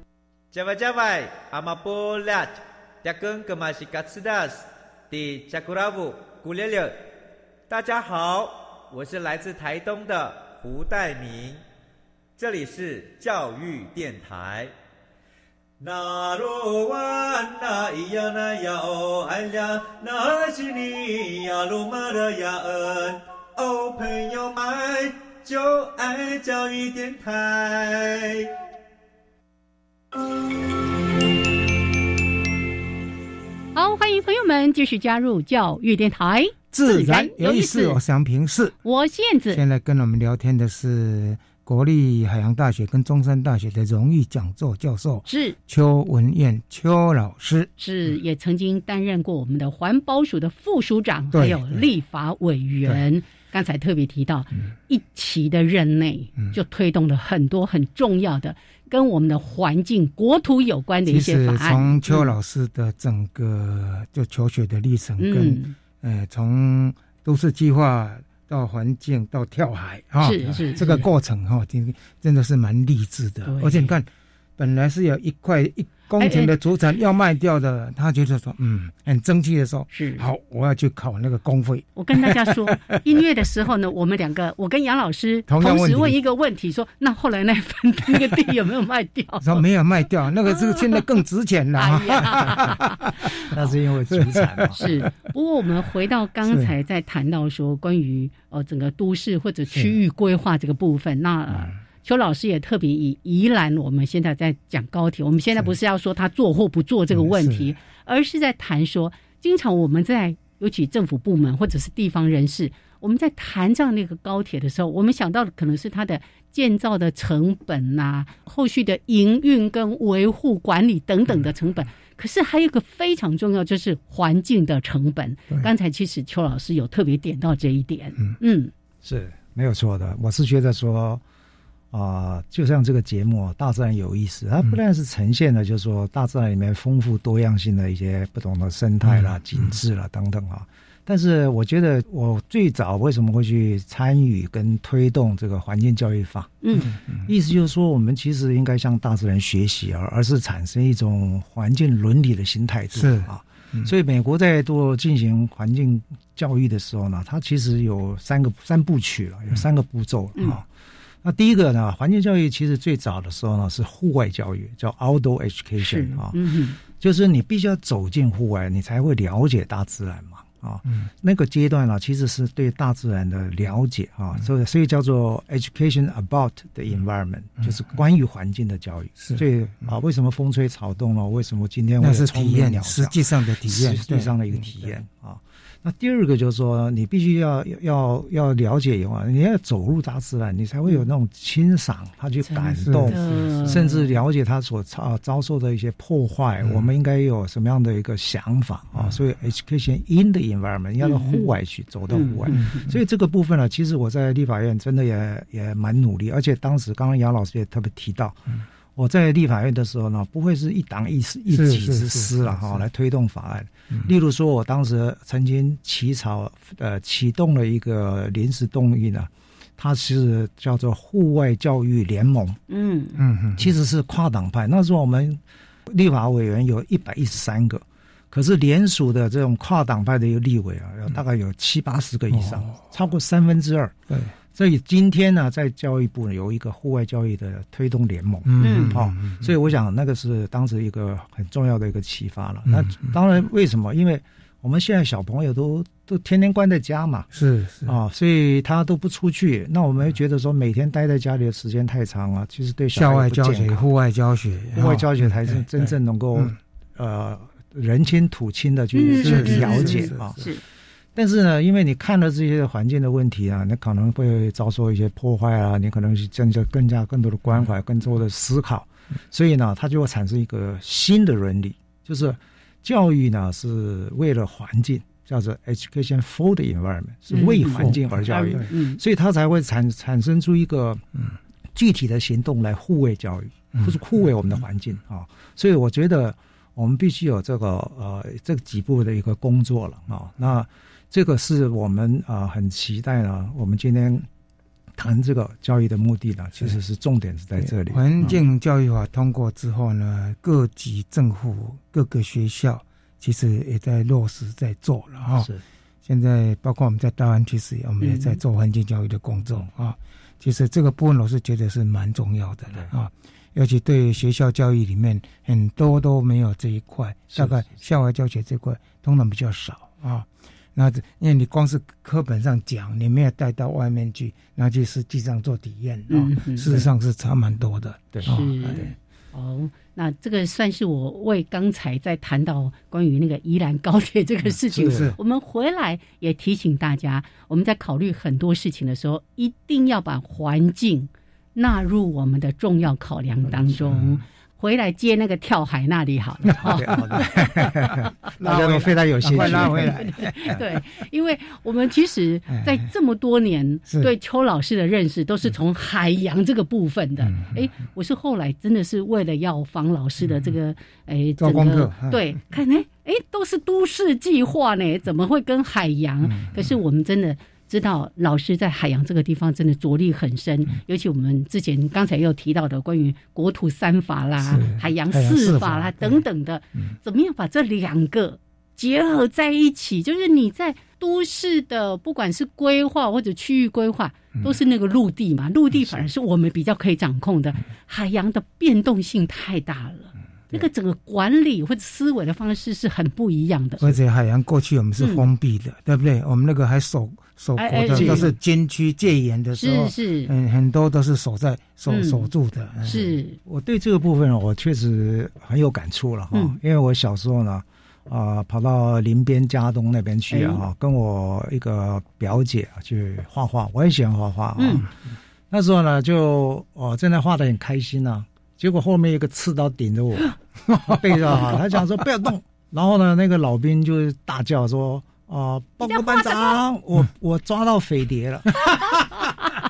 Speaker 9: Java Java, Amapolat, Jakun Kamashikatsudas, Di Jakuravu, Gulele。大家好，我是来自台东的胡代明，这里是教育电台。那罗哇那咿呀那呀哦哎呀，那是你呀鲁玛的呀恩哦，朋友们就爱教育电台。
Speaker 2: 好，欢迎朋友们继续加入教育电台，
Speaker 3: 自然
Speaker 2: 自然有
Speaker 3: 有意思，
Speaker 2: 意思
Speaker 3: 我想平视。
Speaker 2: 我是燕子。
Speaker 3: 现在跟我们聊天的是国立海洋大学跟中山大学的荣誉讲座教授
Speaker 2: 是
Speaker 3: 邱文燕邱老师。
Speaker 2: 是
Speaker 3: 嗯
Speaker 2: 也曾经担任过我们的环保署的副署长，
Speaker 3: 对嗯
Speaker 2: 还有立法委员。刚才特别提到，一期的任内就推动了很多很重要的跟我们的环境、国土有关的一
Speaker 3: 其
Speaker 2: 些
Speaker 3: 实
Speaker 2: 法案。
Speaker 3: 从邱老师的整个就求学的历程
Speaker 2: 嗯
Speaker 3: 跟呃，从都市计划到环境到跳海啊，
Speaker 2: 是是
Speaker 3: 这个
Speaker 2: 是
Speaker 3: 过程哈，真真的是蛮励志的
Speaker 2: 对。
Speaker 3: 而且你看，本来是有一块一公顷的主产要卖掉的，他觉得
Speaker 7: 哎
Speaker 3: 说，嗯，很争气的说，
Speaker 2: 是
Speaker 3: 好，我要去考那个公费。
Speaker 2: 我跟大家说，音乐的时候呢，我们两个，我跟杨老师
Speaker 3: *laughs* 同样问题
Speaker 2: 同时问一个问题，说那后来那份 *laughs* 那个地有没有卖
Speaker 3: *laughs*
Speaker 2: 掉？
Speaker 7: *laughs*
Speaker 3: 说没有卖掉，那个是现在更值钱了。
Speaker 2: 哎
Speaker 3: 啊
Speaker 2: 呀，
Speaker 7: 那是因为主产嘛。
Speaker 2: 是。不过我们回到刚才在谈到说关于呃整个都市或者区域规划这个部分，那。呃邱老师也特别以宜兰，我们现在在讲高铁，我们现在不是要说他做或不做这个问题，而嗯是在谈说，经常我们在尤其政府部门或者是地方人士，我们在谈这样那个高铁的时候，我们想到的可能是它的建造的成本呐、后续的营运跟维护管理等等的成本。可是还有一个非常重要，就是环境的成本。刚才其实邱老师有特别点到这一点，嗯，
Speaker 7: 是没有错的。我是觉得说，啊、就像这个节目《大自然有意思》，它不但是呈现了就是说大自然里面丰富多样性的一些不同的生态啦、景致啦等等啊。但是我觉得，我最早为什么会去参与跟推动这个环境教育法？
Speaker 2: 嗯，
Speaker 7: 意思就是说，我们其实应该向大自然学习，啊而而是产生一种环境伦理的新态度
Speaker 3: 是
Speaker 7: 啊。所以，美国在做进行环境教育的时候呢，它其实有三个三部曲了，有
Speaker 3: 嗯
Speaker 7: 三个步骤了啊。那第一个呢，环境教育其实最早的时候呢是户外教育，叫 outdoor
Speaker 2: 是
Speaker 3: 嗯
Speaker 7: education 啊，
Speaker 2: 嗯哼
Speaker 7: 就是你必须要走进户外，你才会了解大自然嘛。啊、嗯，那个阶段呢、啊，其实是对大自然的了解啊，
Speaker 3: 嗯
Speaker 7: 所以所以叫做 education about the environment，、嗯、就是关于环境的教育。
Speaker 3: 嗯是
Speaker 7: 所以啊，为什么风吹草动了？为什么今天
Speaker 3: 那
Speaker 7: 会
Speaker 3: 是
Speaker 7: 冲
Speaker 3: 体
Speaker 7: 面鸟
Speaker 3: 验，实际上的体验，
Speaker 7: 实际上的一个体验啊。那第二个就是说，你必须要要要了解以后，你要走入大自然，你才会有那种欣赏，他去感
Speaker 2: 嗯
Speaker 7: 动，
Speaker 2: 哦
Speaker 7: 甚至了解他所遭遭受的一些破坏、嗯，我们应该有什么样的一个想法啊、嗯？所以 education in the environment 要到户外去，嗯、走到户外。所以这个部分呢，其实我在立法院真的也也蛮努力，而且当时刚刚杨老师也特别提到。我在立法院的时候呢，不会是一党一一己之私了哈，来推动法案、嗯。例如说，我当时曾经起草呃启动了一个临时动议呢，它是叫做户外教育联盟。
Speaker 2: 嗯
Speaker 3: 嗯嗯，
Speaker 7: 其实是跨党派。那时候我们立法委员有一百一十三个，可是联署的这种跨党派的一个立委啊，有大概有七八十个以上，哦、超过三分之二。
Speaker 3: 对。
Speaker 7: 所以今天呢，在教育部有一个户外教育的推动联盟，
Speaker 3: 嗯，
Speaker 7: 好、哦，所以我想那个是当时一个很重要的一个启发了。嗯、那当然，为什么？因为我们现在小朋友都都天天关在家嘛，
Speaker 3: 是是
Speaker 7: 啊、哦，所以他都不出去。那我们觉得说每天待在家里的时间太长了，其实对
Speaker 3: 校外教学、户外教学、嗯
Speaker 7: 户外教学才是真正能够、嗯、呃人亲土亲的去、嗯、去了解啊。
Speaker 2: 是。
Speaker 7: 但是呢，因为你看了这些环境的问题啊，你可能会遭受一些破坏啊，你可能是增加更加更多的关怀，更多的思考，所以呢，它就会产生一个新的伦理，就是教育呢是为了环境，叫做 education for the environment，是为环境
Speaker 3: 哦
Speaker 7: 而教育，
Speaker 2: 嗯、
Speaker 7: 所以它才会产产生出一个嗯具体的行动来护卫教育，或是
Speaker 3: 嗯
Speaker 7: 护卫我们的环境啊。所以我觉得我们必须有这个呃这几步的一个工作了啊。那这个是我们啊、呃、很期待呢。我们今天谈这个教育的目的呢，其实是重点是在这里。嗯
Speaker 3: 环境教育法通过之后呢，各级政府、各个学校其实也在落实在做了哈、哦。
Speaker 7: 啊是。
Speaker 3: 现在包括我们在大湾区时，我们也在做环境教育的工作啊、嗯哦。其实这个部分我是觉得是蛮重要的了啊。尤其对学校教育里面很多都没有这一块，大概校外教学这块通常比较少啊。哦那因为你光是课本上讲，你没有带到外面去，那去实际上做体验啊、哦嗯，事实上是差蛮多的。
Speaker 7: 对，
Speaker 2: 哦、是哦，那这个算是我为刚才在谈到关于那个宜兰高铁这个事情、
Speaker 3: 嗯，
Speaker 2: 我们回来也提醒大家，我们在考虑很多事情的时候，一定要把环境纳入我们的重要考量当中。嗯回来接那个跳海那里好了，哦好
Speaker 3: *laughs*
Speaker 7: 的，啊大家都非常有兴趣。
Speaker 3: 快拉回
Speaker 7: *laughs*
Speaker 3: 来，
Speaker 2: 对，因为我们其实，在这么多年对邱老师的认识都是从海洋这个部分的。哎，我是后来真的是为了要仿老师的这个，哎，
Speaker 3: 做功课，
Speaker 2: 对，看哎哎，都是都市计划呢，怎么会跟海洋？可是我们真的。知道老师在海洋这个地方真的着力很深，尤其我们之前刚才又提到的关于国土三法啦、海洋四法嗯啦等等的，怎么样把这两个结合在一起？就是你在都市的不管是规划或者区域规划，
Speaker 7: 嗯
Speaker 2: 都是那个陆地嘛，陆地反而是我们比较可以掌控的，海洋的变动性太大了。
Speaker 7: 嗯
Speaker 2: 那个整个管理或者思维的方式是很不一样的。
Speaker 7: 嗯
Speaker 3: 而且海洋过去我们是封闭的，嗯、对不对？我们那个还守守国的都是监区戒严的时候，
Speaker 2: 是是，
Speaker 3: 嗯，很多都是守在守、嗯、守住的。嗯、
Speaker 2: 是
Speaker 7: 我对这个部分我确实很有感触了哈，因为我小时候呢，啊、呃，跑到林边家东那边去啊，跟我一个表姐啊去画画，我也喜欢画画啊。那时候呢，就我正在画的很开心呢、啊。结果后面一个刺刀顶着我背着哈，他讲说不要动。然后呢，那个老兵就大叫说：“啊、呃，报告班长，我我抓到匪谍了！”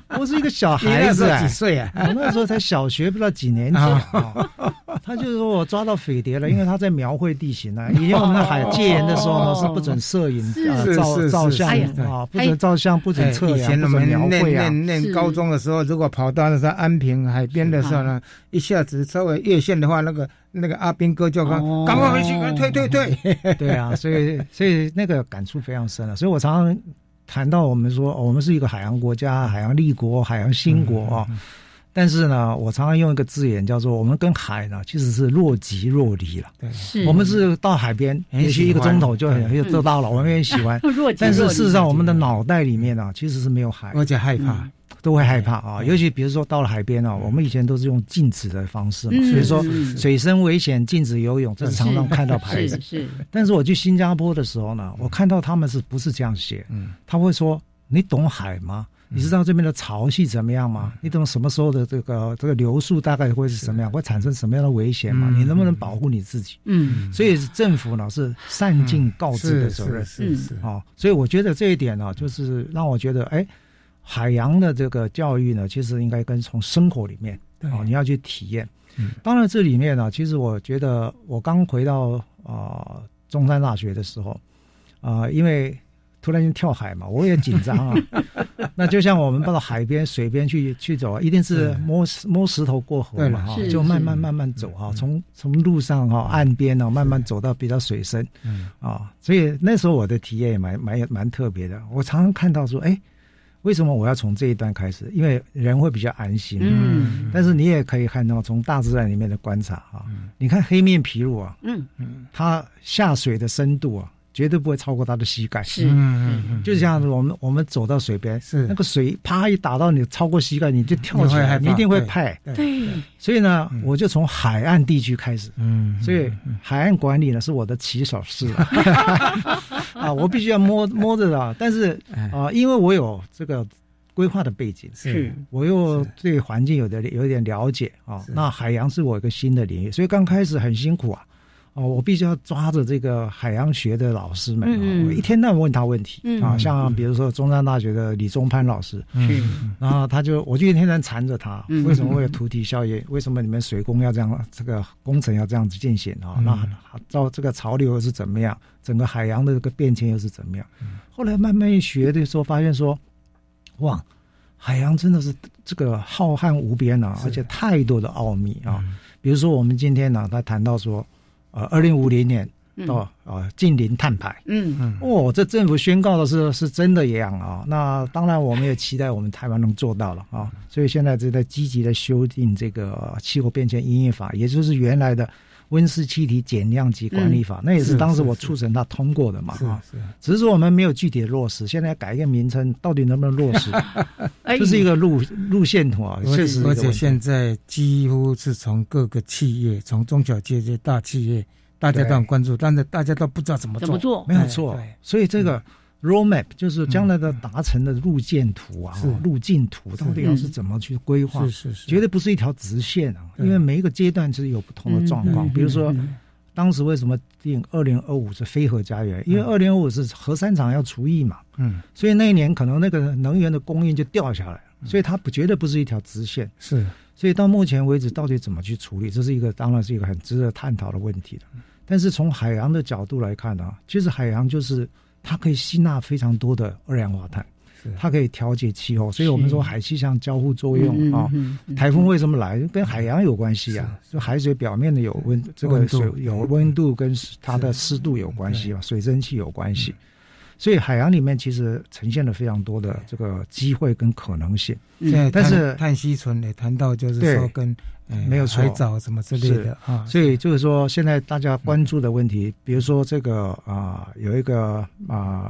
Speaker 7: *laughs* 我是一个小孩子、哎
Speaker 3: 啊，几岁啊？
Speaker 7: 我那时候才小学，不知道几年级、啊哦。他就说我抓到匪谍了，因为他在描绘地形啊。
Speaker 3: 哦
Speaker 7: 以前我们的海戒严的时候呢，是不准摄影、啊、照照相啊，不准照相，不准测啊量。
Speaker 3: 哎以前我们
Speaker 7: 念
Speaker 3: 念念高中的时候，如果跑到那个安平海边的时候呢，一下子稍微越线的话，那个那个阿兵哥就赶赶快回去，退退退。
Speaker 7: *laughs* 对啊，所以所以那个感触非常深啊，所以我常常。谈到我们说、哦，我们是一个海洋国家、海洋立国、海洋兴国啊、哦嗯嗯嗯，但是呢，我常常用一个字眼叫做“我们跟海呢其实是若即若离了”。
Speaker 3: 对，
Speaker 2: 是
Speaker 7: 我们是到海边，
Speaker 3: 很喜欢
Speaker 7: 也许一个钟头就很就到了，我们也喜
Speaker 2: *laughs*
Speaker 7: 欢
Speaker 2: 若即若离。
Speaker 7: 但是事实上，我们的脑袋里面呢其实是没有海，
Speaker 3: 而且害怕。
Speaker 7: 都会害怕啊。尤其比如说到了海边啊，我们以前都是用禁止的方式嘛，
Speaker 2: 嗯
Speaker 7: 所以说
Speaker 2: 是是
Speaker 7: 水深危险，禁止游泳，这是常常看到牌子
Speaker 2: 是。是，
Speaker 7: 但是我去新加坡的时候呢，我看到他们是不是这样写？
Speaker 3: 嗯，
Speaker 7: 他会说：“你懂海吗？你知道这边的潮汐怎么样
Speaker 3: 嗯
Speaker 7: 吗？你懂什么时候的这个这个流速大概会是什么样？会产生什么样的危险吗？
Speaker 3: 嗯
Speaker 7: 你能不能保护你自己？”
Speaker 2: 嗯
Speaker 7: 所以政府呢是善尽告知的责任
Speaker 3: 嗯是是是，
Speaker 7: 哦，所以我觉得这一点呢，就是让我觉得，哎，海洋的这个教育呢，其实应该跟从生活里面
Speaker 3: 对
Speaker 7: 哦，你要去体验。
Speaker 3: 嗯
Speaker 7: 当然，这里面呢，其实我觉得我刚回到啊、呃中山大学的时候，啊、因为突然间跳海嘛，我也紧张
Speaker 3: *laughs*
Speaker 7: 啊。那就像我们到了海边、水边去去走，啊，一定是摸石摸石头过河
Speaker 3: 对
Speaker 7: 嘛，
Speaker 3: 了
Speaker 7: 哈
Speaker 2: 是，
Speaker 7: 就慢慢
Speaker 3: 是嗯
Speaker 7: 慢慢走哈，从从路上哈岸边呢，慢慢走到比较水深
Speaker 3: 嗯，
Speaker 7: 啊。所以那时候我的体验也蛮蛮蛮特别的。我常常看到说，哎，为什么我要从这一段开始？因为人会比较安心。
Speaker 2: 嗯
Speaker 7: 但是你也可以看到，从大自然里面的观察啊，你看黑面琵鹭啊，
Speaker 2: 嗯，
Speaker 3: 嗯
Speaker 7: 它下水的深度啊，绝对不会超过它的膝盖。
Speaker 2: 是
Speaker 3: 嗯嗯，
Speaker 7: 就像我们我们走到水边，
Speaker 3: 是
Speaker 7: 那个水啪一打到你超过膝盖，你就跳起
Speaker 3: 你会害
Speaker 7: 来，
Speaker 3: 怕
Speaker 7: 你一定会派。
Speaker 2: 对，
Speaker 7: 所以呢，我就从海岸地区开始。
Speaker 3: 嗯，
Speaker 7: 所以海岸管理呢是我的起手式
Speaker 3: *laughs*
Speaker 7: 了啊，我必须要摸摸着的。但是
Speaker 3: 哎
Speaker 7: 啊、因为我有这个规划的背景，
Speaker 2: 是
Speaker 7: 我又对环境有的有点了解啊。那海洋是我一个新的领域，所以刚开始很辛苦啊。哦，我必须要抓着这个海洋学的老师们，
Speaker 2: 嗯嗯
Speaker 7: 啊我一天到晚问他问题、
Speaker 2: 嗯
Speaker 7: 啊，像比如说中山大学的李宗潘老
Speaker 3: 嗯
Speaker 7: 师，
Speaker 2: 是
Speaker 7: 然后他就我就一天天缠着他
Speaker 2: 嗯，
Speaker 7: 为什么会有土体效应？为什么你们水工要这样，这个工程要这样子进行啊？
Speaker 3: 嗯
Speaker 7: 那照这个潮流又是怎么样？整个海洋的这个变迁又是怎么样？
Speaker 3: 嗯
Speaker 7: 后来慢慢一学的时候，发现说，哇，海洋真的是这个浩瀚无边啊，
Speaker 3: 是嗯
Speaker 7: 而且太多的奥秘啊。比如说我们今天呢，他谈到说，呃，二零五零年到呃近零碳排。
Speaker 2: 嗯
Speaker 3: 嗯
Speaker 7: 哦，这政府宣告的是是真的一样啊。那当然，我们也期待我们台湾能做到了啊。所以现在正在积极的修订这个呃气候变迁因应法，也就是原来的温室气体减量及管理法，那
Speaker 3: 嗯
Speaker 7: 也
Speaker 3: 是
Speaker 7: 是当时
Speaker 3: 是
Speaker 7: 我
Speaker 3: 是
Speaker 7: 促成它通过的嘛
Speaker 3: 是
Speaker 7: 啊。
Speaker 3: 是，
Speaker 7: 只是说我们没有具体的落实，现在改一个名称，到底能不能落
Speaker 3: *laughs*
Speaker 7: 实，
Speaker 2: 哎
Speaker 7: 这是一个路路线图啊，确实是一
Speaker 3: 而
Speaker 7: 个问题
Speaker 3: 且现在几乎是从各个企业，从中小企业、大企业，大家都很关注，但是大家都不知道怎么
Speaker 2: 怎么
Speaker 3: 做。
Speaker 2: 做？
Speaker 7: 没有错啊
Speaker 3: 哎对。嗯
Speaker 7: 所以这个 roadmap 就是将来的达成的路线图啊
Speaker 3: 是，
Speaker 7: 路径图到底要是怎么去规划
Speaker 3: 是？是是，
Speaker 7: 绝对不是一条直线啊，
Speaker 3: 对
Speaker 7: 因为每一个阶段是有不同的状况。
Speaker 2: 嗯嗯
Speaker 7: 比如说
Speaker 2: 嗯嗯，
Speaker 7: 当时为什么定二零二五是非核家园？
Speaker 2: 嗯
Speaker 7: 因为二零二五是核三厂要除役嘛，
Speaker 3: 嗯
Speaker 7: 所以那一年可能那个能源的供应就掉下来了，
Speaker 2: 嗯
Speaker 7: 所以它不绝对不是一条直线。
Speaker 3: 是
Speaker 7: 所以到目前为止，到底怎么去处理，这是一个当然是一个很值得探讨的问题的。
Speaker 2: 嗯
Speaker 7: 但是从海洋的角度来看呢、其实海洋就是它可以吸纳非常多的二氧化碳
Speaker 3: 是，
Speaker 7: 它可以调节气候，所以我们说海气象交互作用啊。
Speaker 2: 嗯嗯
Speaker 7: 台风为什么来？跟海洋有关系啊，就海水表面的有温，这个
Speaker 3: 温度
Speaker 7: 水有温度跟它的湿度有关系嘛，水蒸气有关系。
Speaker 2: 嗯
Speaker 7: 所以海洋里面其实呈现了非常多的这个机会跟可能性。
Speaker 3: 现在
Speaker 7: 但
Speaker 3: 碳
Speaker 7: 是
Speaker 3: 碳吸存也谈到，就是
Speaker 7: 对
Speaker 3: 说跟呃
Speaker 7: 没有错
Speaker 3: 海藻什么之类的啊，
Speaker 7: 所以就是说，现在大家关注的问题，比如说这个啊、有一个啊、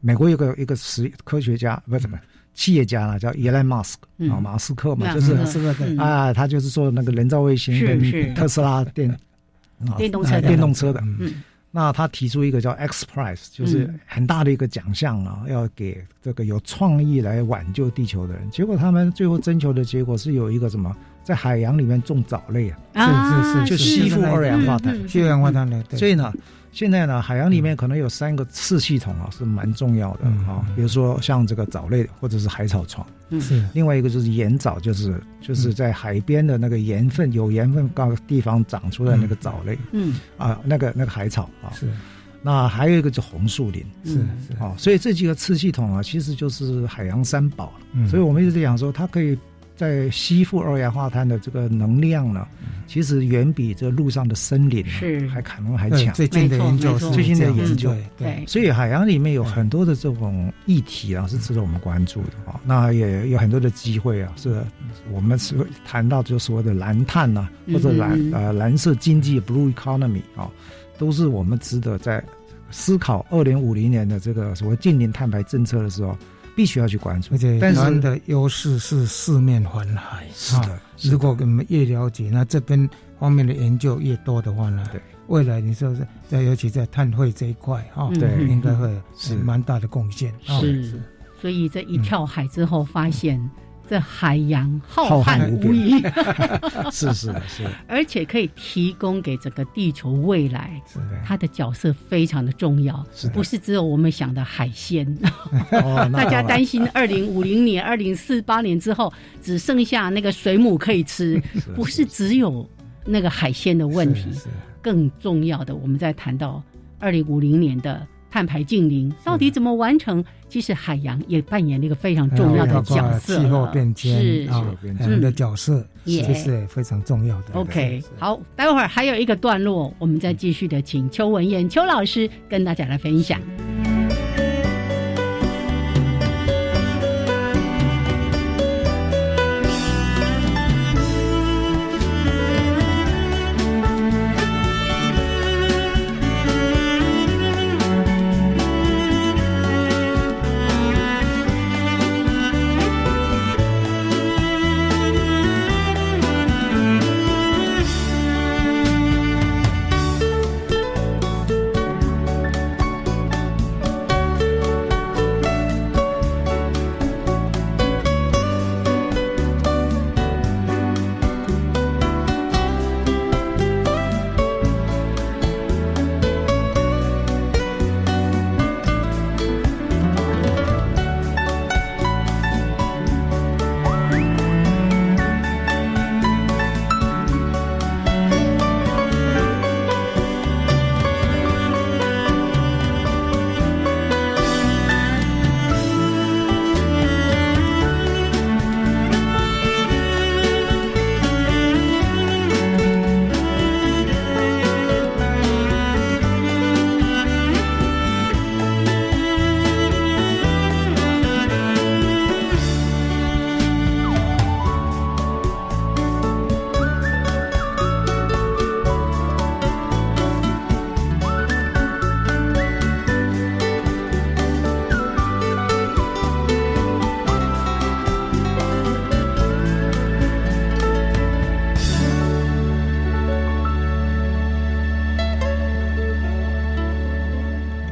Speaker 7: 美国有个一个实科学家，不是什么企业家呢，叫 Elon Musk 啊、
Speaker 2: 嗯
Speaker 7: 马斯克嘛，
Speaker 2: 马
Speaker 7: 就
Speaker 2: 斯
Speaker 7: 是
Speaker 2: 克嗯
Speaker 3: 是不是？
Speaker 7: 啊，他就是做那个人造卫星
Speaker 2: 是是
Speaker 7: 跟特斯拉
Speaker 2: *laughs*
Speaker 7: 电啊
Speaker 2: 电动车的
Speaker 7: 啊电动车的。
Speaker 2: 嗯
Speaker 7: 那他提出一个叫 X Prize，就是很大的一个奖项啊，要给这个有创意来挽救地球的人。结果他们最后征求的结果是有一个什么，在海洋里面种藻类啊，
Speaker 2: 啊，
Speaker 7: 就是吸附二氧化碳。
Speaker 2: 嗯嗯
Speaker 3: 去二氧化碳的，对
Speaker 7: 所以呢，现在呢，海洋里面可能有三个次系统啊，是蛮重要的
Speaker 3: 嗯
Speaker 7: 啊
Speaker 3: 嗯。
Speaker 7: 比如说像这个藻类或者是海草床，
Speaker 3: 是
Speaker 7: 另外一个就是盐藻，就是就是在海边的那个盐分有盐分高的地方长出来那个藻类
Speaker 2: 嗯
Speaker 7: 啊，那个那个海草啊。
Speaker 3: 是
Speaker 7: 那还有一个就是红树林
Speaker 3: 是是，
Speaker 7: 哦啊，所以这几个次系统啊，其实就是海洋三宝了。
Speaker 3: 嗯
Speaker 7: 所以我们一直在讲说，它可以在吸附二氧化碳的这个能量呢，其实远比这路上的森林啊
Speaker 2: 是
Speaker 7: 还可能还强。
Speaker 3: 最近的研究是
Speaker 7: 最近的研
Speaker 3: 这
Speaker 7: 究
Speaker 3: 样子，对对
Speaker 7: 所以海洋里面有很多的这种议题啊，是值得我们关注的啊。那也有很多的机会啊，是我们是谈到就所谓的蓝碳啊，或者蓝
Speaker 10: 嗯哼
Speaker 7: 呃蓝色经济 （blue economy） 啊，都是我们值得在思考二零五零年的这个所谓近零碳排政策的时候，必须要去关注
Speaker 3: 而。且
Speaker 7: 但
Speaker 3: 台
Speaker 7: 是
Speaker 3: 湾的优势是四面环海，
Speaker 7: 是的
Speaker 3: 啊
Speaker 7: 是
Speaker 3: *laughs*
Speaker 7: 的
Speaker 3: 如果我们越了解，那这边方面的研究越多的话呢，
Speaker 7: 对，
Speaker 3: 未来你说是在尤其在碳汇这一块哈，
Speaker 2: 嗯对
Speaker 3: 应该会有呃
Speaker 2: 是
Speaker 3: 蛮大的贡献。啊
Speaker 2: 是，所以这一跳海之后，发现这海洋浩
Speaker 3: 浩瀚
Speaker 2: 瀚
Speaker 3: 无
Speaker 2: 无
Speaker 3: 边
Speaker 2: 垠，
Speaker 7: 是是的是的，
Speaker 2: 而且可以提供给整个地球未来
Speaker 7: 的，
Speaker 2: 它的角色非常的重要，不是只有我们想的海鲜。
Speaker 7: *laughs* 哦
Speaker 2: 大
Speaker 7: 那
Speaker 2: 家
Speaker 7: 当然
Speaker 2: 担心二零五零年、二零四八年之后只剩下那个水母可以吃，不是只有那个海鲜的问题，更重要的，我们在谈到二零五零年的。碳排净零到底怎么完成？其实海洋也扮演了一个非常重要的角色了。啊
Speaker 3: 哎气候变
Speaker 2: 是嗯
Speaker 3: 迁啊，我们的角色
Speaker 2: 也
Speaker 3: 其实也非常重要的。
Speaker 2: OK，好，待会儿还有一个段落，我们再继续的请邱文燕邱老师跟大家来分享。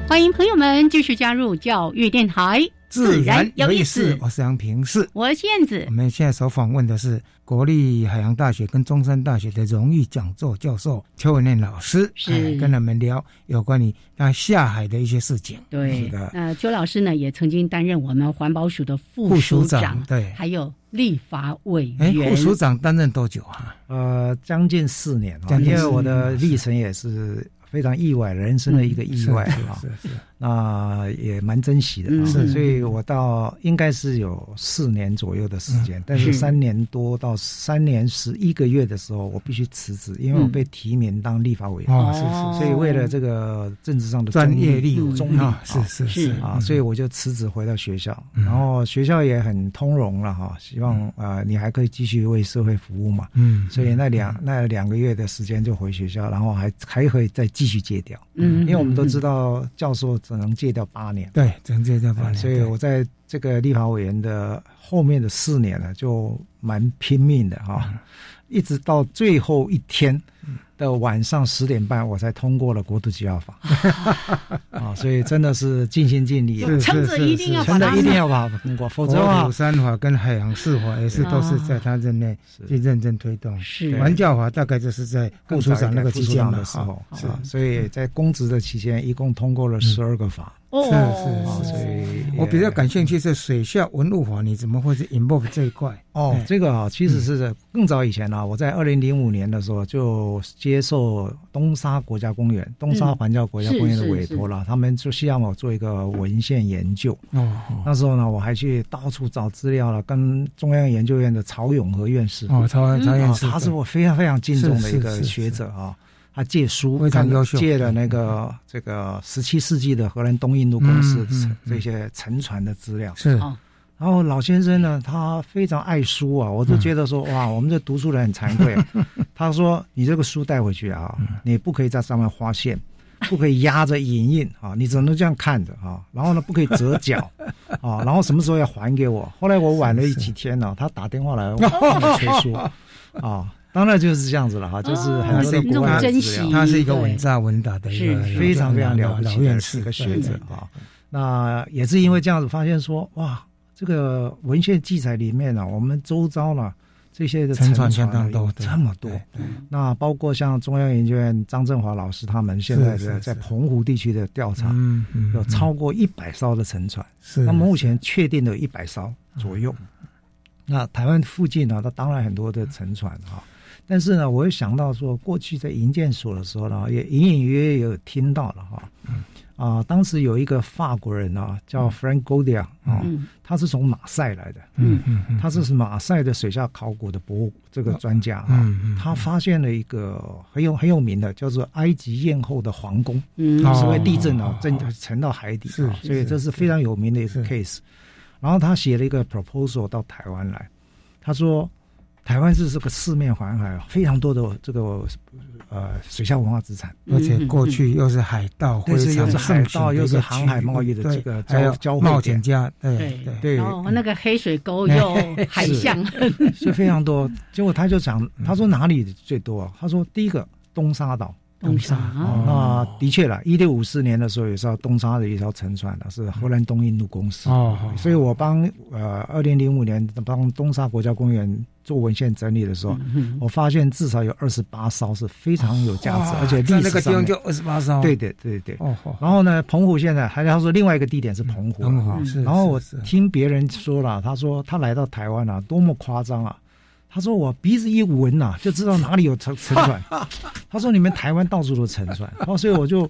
Speaker 2: 欢迎朋友们继续加入教育电台，
Speaker 3: 自然有意
Speaker 2: 自
Speaker 3: 思
Speaker 2: 然，
Speaker 3: 我是杨平是。
Speaker 2: 我是燕子
Speaker 3: 我，们现在所访问的是国立海洋大学跟中山大学的荣誉讲座教授邱文念老师，
Speaker 2: 是
Speaker 3: 哎跟他们聊有关于他下海的一些事情。
Speaker 2: 对，那邱老师呢也曾经担任我们环保署的副
Speaker 3: 副
Speaker 2: 署
Speaker 3: 署
Speaker 2: 长，
Speaker 3: 长对
Speaker 2: 还有立法委
Speaker 3: 哎，
Speaker 2: 员。
Speaker 3: 副署长担任多久啊？
Speaker 7: 呃，将近四年啊，
Speaker 3: 将
Speaker 7: 因
Speaker 3: 近
Speaker 7: 为
Speaker 3: 四
Speaker 7: 我
Speaker 3: 年
Speaker 7: 的
Speaker 3: 了
Speaker 7: 历程也是非常意外，人生的一个意外啊。
Speaker 3: 是是是
Speaker 7: 那也蛮珍惜的啊，
Speaker 3: 嗯是
Speaker 7: 所以我到应该是有四年左右的时间，
Speaker 3: 嗯
Speaker 7: 但
Speaker 3: 是
Speaker 7: 是三年多到三年十一个月的时候，我必须辞职，因为我
Speaker 3: 嗯
Speaker 7: 被提名当立法委员，
Speaker 3: 哦是是是
Speaker 7: 所以为了这个政治上的
Speaker 3: 专业
Speaker 7: 立哦
Speaker 3: 立委
Speaker 7: 中立
Speaker 3: 啊是是是
Speaker 7: 啊，
Speaker 3: 嗯
Speaker 7: 所以我就辞职回到学校，
Speaker 3: 嗯
Speaker 7: 然后学校也很通融了哈，希望呃你还可以继续为社会服务嘛，
Speaker 3: 嗯
Speaker 7: 所以那两那两个月的时间就回学校，然后还还可以再继续戒掉，
Speaker 3: 嗯
Speaker 7: 因为我们都
Speaker 3: 嗯嗯
Speaker 7: 知道教授只能戒掉八年，
Speaker 3: 对，整这在八
Speaker 7: 呃
Speaker 3: 年，
Speaker 7: 所以
Speaker 3: 对
Speaker 7: 我在这个立法委员的后面的四年呢，就蛮拼命的哈、
Speaker 3: 嗯
Speaker 7: 一直到最后一天的晚上十点半，我才通过了国土计
Speaker 3: *laughs*
Speaker 7: 划法啊，所以真的是尽心尽力啊，
Speaker 3: 是是撑着是一定是要把
Speaker 7: 撑着
Speaker 3: 它
Speaker 7: 一定要把它通过，否则的
Speaker 3: 国
Speaker 7: 话
Speaker 3: 土三法跟海洋四法也是
Speaker 7: 啊
Speaker 3: 都是在他任内去认真推动。
Speaker 2: 是
Speaker 3: 环教法大概就是在副署长那个期间
Speaker 7: 长
Speaker 3: 了
Speaker 7: 的时候
Speaker 3: 是嗯
Speaker 7: 啊，所以在公职的期间，一共通过了十二个法。
Speaker 2: 哦
Speaker 3: 是哦
Speaker 7: 啊
Speaker 3: 是
Speaker 7: 所以
Speaker 3: 我比较感兴趣是水下文物法，你怎么会是 involve 这一块？
Speaker 7: 哦
Speaker 3: 哎，
Speaker 7: 这个啊，其实是更早以前呢、我在二零零五年的时候就有接受东沙国家公
Speaker 3: 嗯
Speaker 7: 园、东沙环教国家公园的委托了，他们就希望我做一个文献研究。
Speaker 3: 哦，
Speaker 7: 那时候呢，我还去到处找资料了，跟中央研究院的曹永和院士。
Speaker 3: 哦曹曹院士
Speaker 7: 哦他是我非常非常敬重的一
Speaker 3: 是
Speaker 7: 个
Speaker 3: 是是
Speaker 7: 学者啊。他借书，
Speaker 3: 非常优秀
Speaker 7: 借了那个这个十七世纪的荷兰东印度公司
Speaker 3: 嗯嗯嗯
Speaker 7: 这些沉船的资料。
Speaker 3: 是
Speaker 2: 哦
Speaker 7: 然后老先生呢，他非常爱书啊，我都觉得说、哇，我们这读书人很惭愧。啊他说：“你这个书带回去啊，你不可以在上面划线，不可以压着影印啊，你只能这样看着啊。然后呢，不可以折角啊，然后什么时候要还给我？后来我晚了几天呢、他打电话来我我催书啊。当然就是这样子了哈，就是很
Speaker 3: 他
Speaker 7: 多
Speaker 3: 是
Speaker 7: 的
Speaker 3: 一个
Speaker 7: 国外的
Speaker 2: 珍
Speaker 7: 资
Speaker 2: 惜
Speaker 7: 料。
Speaker 3: 他是一个
Speaker 2: 对
Speaker 3: 稳扎稳打的一个
Speaker 2: 是
Speaker 7: 非常非常嗯了
Speaker 3: 老
Speaker 7: 不
Speaker 3: 老
Speaker 7: 起的
Speaker 3: 院
Speaker 7: 是
Speaker 3: 士
Speaker 7: 一个学者
Speaker 3: 对
Speaker 7: 啊。那也是因为这样子发现说，哇，这个文献记载里面啊呢、我们周遭呢、这些的
Speaker 3: 沉
Speaker 7: 沉
Speaker 3: 船
Speaker 7: 船
Speaker 3: 相
Speaker 7: 啊
Speaker 3: 当多
Speaker 7: 有
Speaker 3: 对
Speaker 7: 这么多
Speaker 3: 对。
Speaker 7: 那包括像中央研究院张振华老师他们现在
Speaker 3: 是是
Speaker 7: 的在
Speaker 3: 是
Speaker 7: 澎湖地区的调查，
Speaker 3: 嗯嗯
Speaker 7: 有超过一百艘的沉船。
Speaker 3: 是
Speaker 7: 那目前确定的一百艘左右。
Speaker 3: 嗯
Speaker 7: 那台湾附近呢，它当然很多的沉船哈、但是呢，我又想到说，过去在营建所的时候呢，也隐隐约约有听到了哈、
Speaker 3: 嗯
Speaker 7: 啊、当时有一个法国人啊，叫 Frank Godia 啊、
Speaker 2: 嗯
Speaker 7: 他是从马赛来的，
Speaker 2: 嗯
Speaker 3: 嗯嗯
Speaker 7: 他是马赛的水下考古的博物这个专家啊、
Speaker 3: 嗯嗯
Speaker 7: 他发现了一个很有很有名的，叫做埃及艳后的皇宫，
Speaker 2: 嗯
Speaker 7: 是因为地震啊
Speaker 3: 哦，
Speaker 7: 震沉到海底啊，
Speaker 3: 是是
Speaker 7: 所以这是非常有名的一个 case。然后他写了一个 proposal 到台湾来，他说台湾是这个四面环海，非常多的这个呃水下文化资产，
Speaker 3: 而
Speaker 2: 嗯
Speaker 3: 且过去又是海盗，
Speaker 7: 嗯对是又是海盗，又
Speaker 3: 又
Speaker 7: 是航海贸易的这个
Speaker 3: 还有
Speaker 7: 交交
Speaker 3: 冒
Speaker 7: 汇
Speaker 3: 险
Speaker 7: 点，
Speaker 3: 家，对
Speaker 2: 对
Speaker 7: 对
Speaker 2: 然后嗯哦那个黑水沟又海象， *laughs*
Speaker 7: 是非常多。结果他就讲，
Speaker 3: 嗯
Speaker 7: 他说哪里最多啊？他说第一个东沙岛。
Speaker 2: 东沙
Speaker 3: 哦
Speaker 7: 那的确了，一六五四年的时候，也是要东沙的一艘沉船的，是荷兰东印度公司。
Speaker 3: 嗯哦好
Speaker 7: 所以我帮呃，二零零五年帮东沙国家公园做文献整理的时候，
Speaker 2: 嗯
Speaker 3: 哦
Speaker 7: 我发现至少有二十八艘是非常有价值，
Speaker 3: 哇
Speaker 7: 而且
Speaker 3: 在
Speaker 7: 历史
Speaker 3: 那个地
Speaker 7: 上
Speaker 3: 方
Speaker 7: 面
Speaker 3: 就二十八艘，
Speaker 7: 对对对对。
Speaker 3: 哦，好，
Speaker 7: 然后呢，澎湖现在还他说另外一个地点是澎湖，
Speaker 3: 很好
Speaker 7: 啊。
Speaker 3: 嗯是
Speaker 7: 然后我
Speaker 3: 是是
Speaker 7: 听别人说了，他说他来到台湾啊，多么夸张啊！他说我鼻子一闻呐、就知道哪里有沉沉
Speaker 3: *laughs*
Speaker 7: 船。他说你们台湾到处都沉船，然后所以我就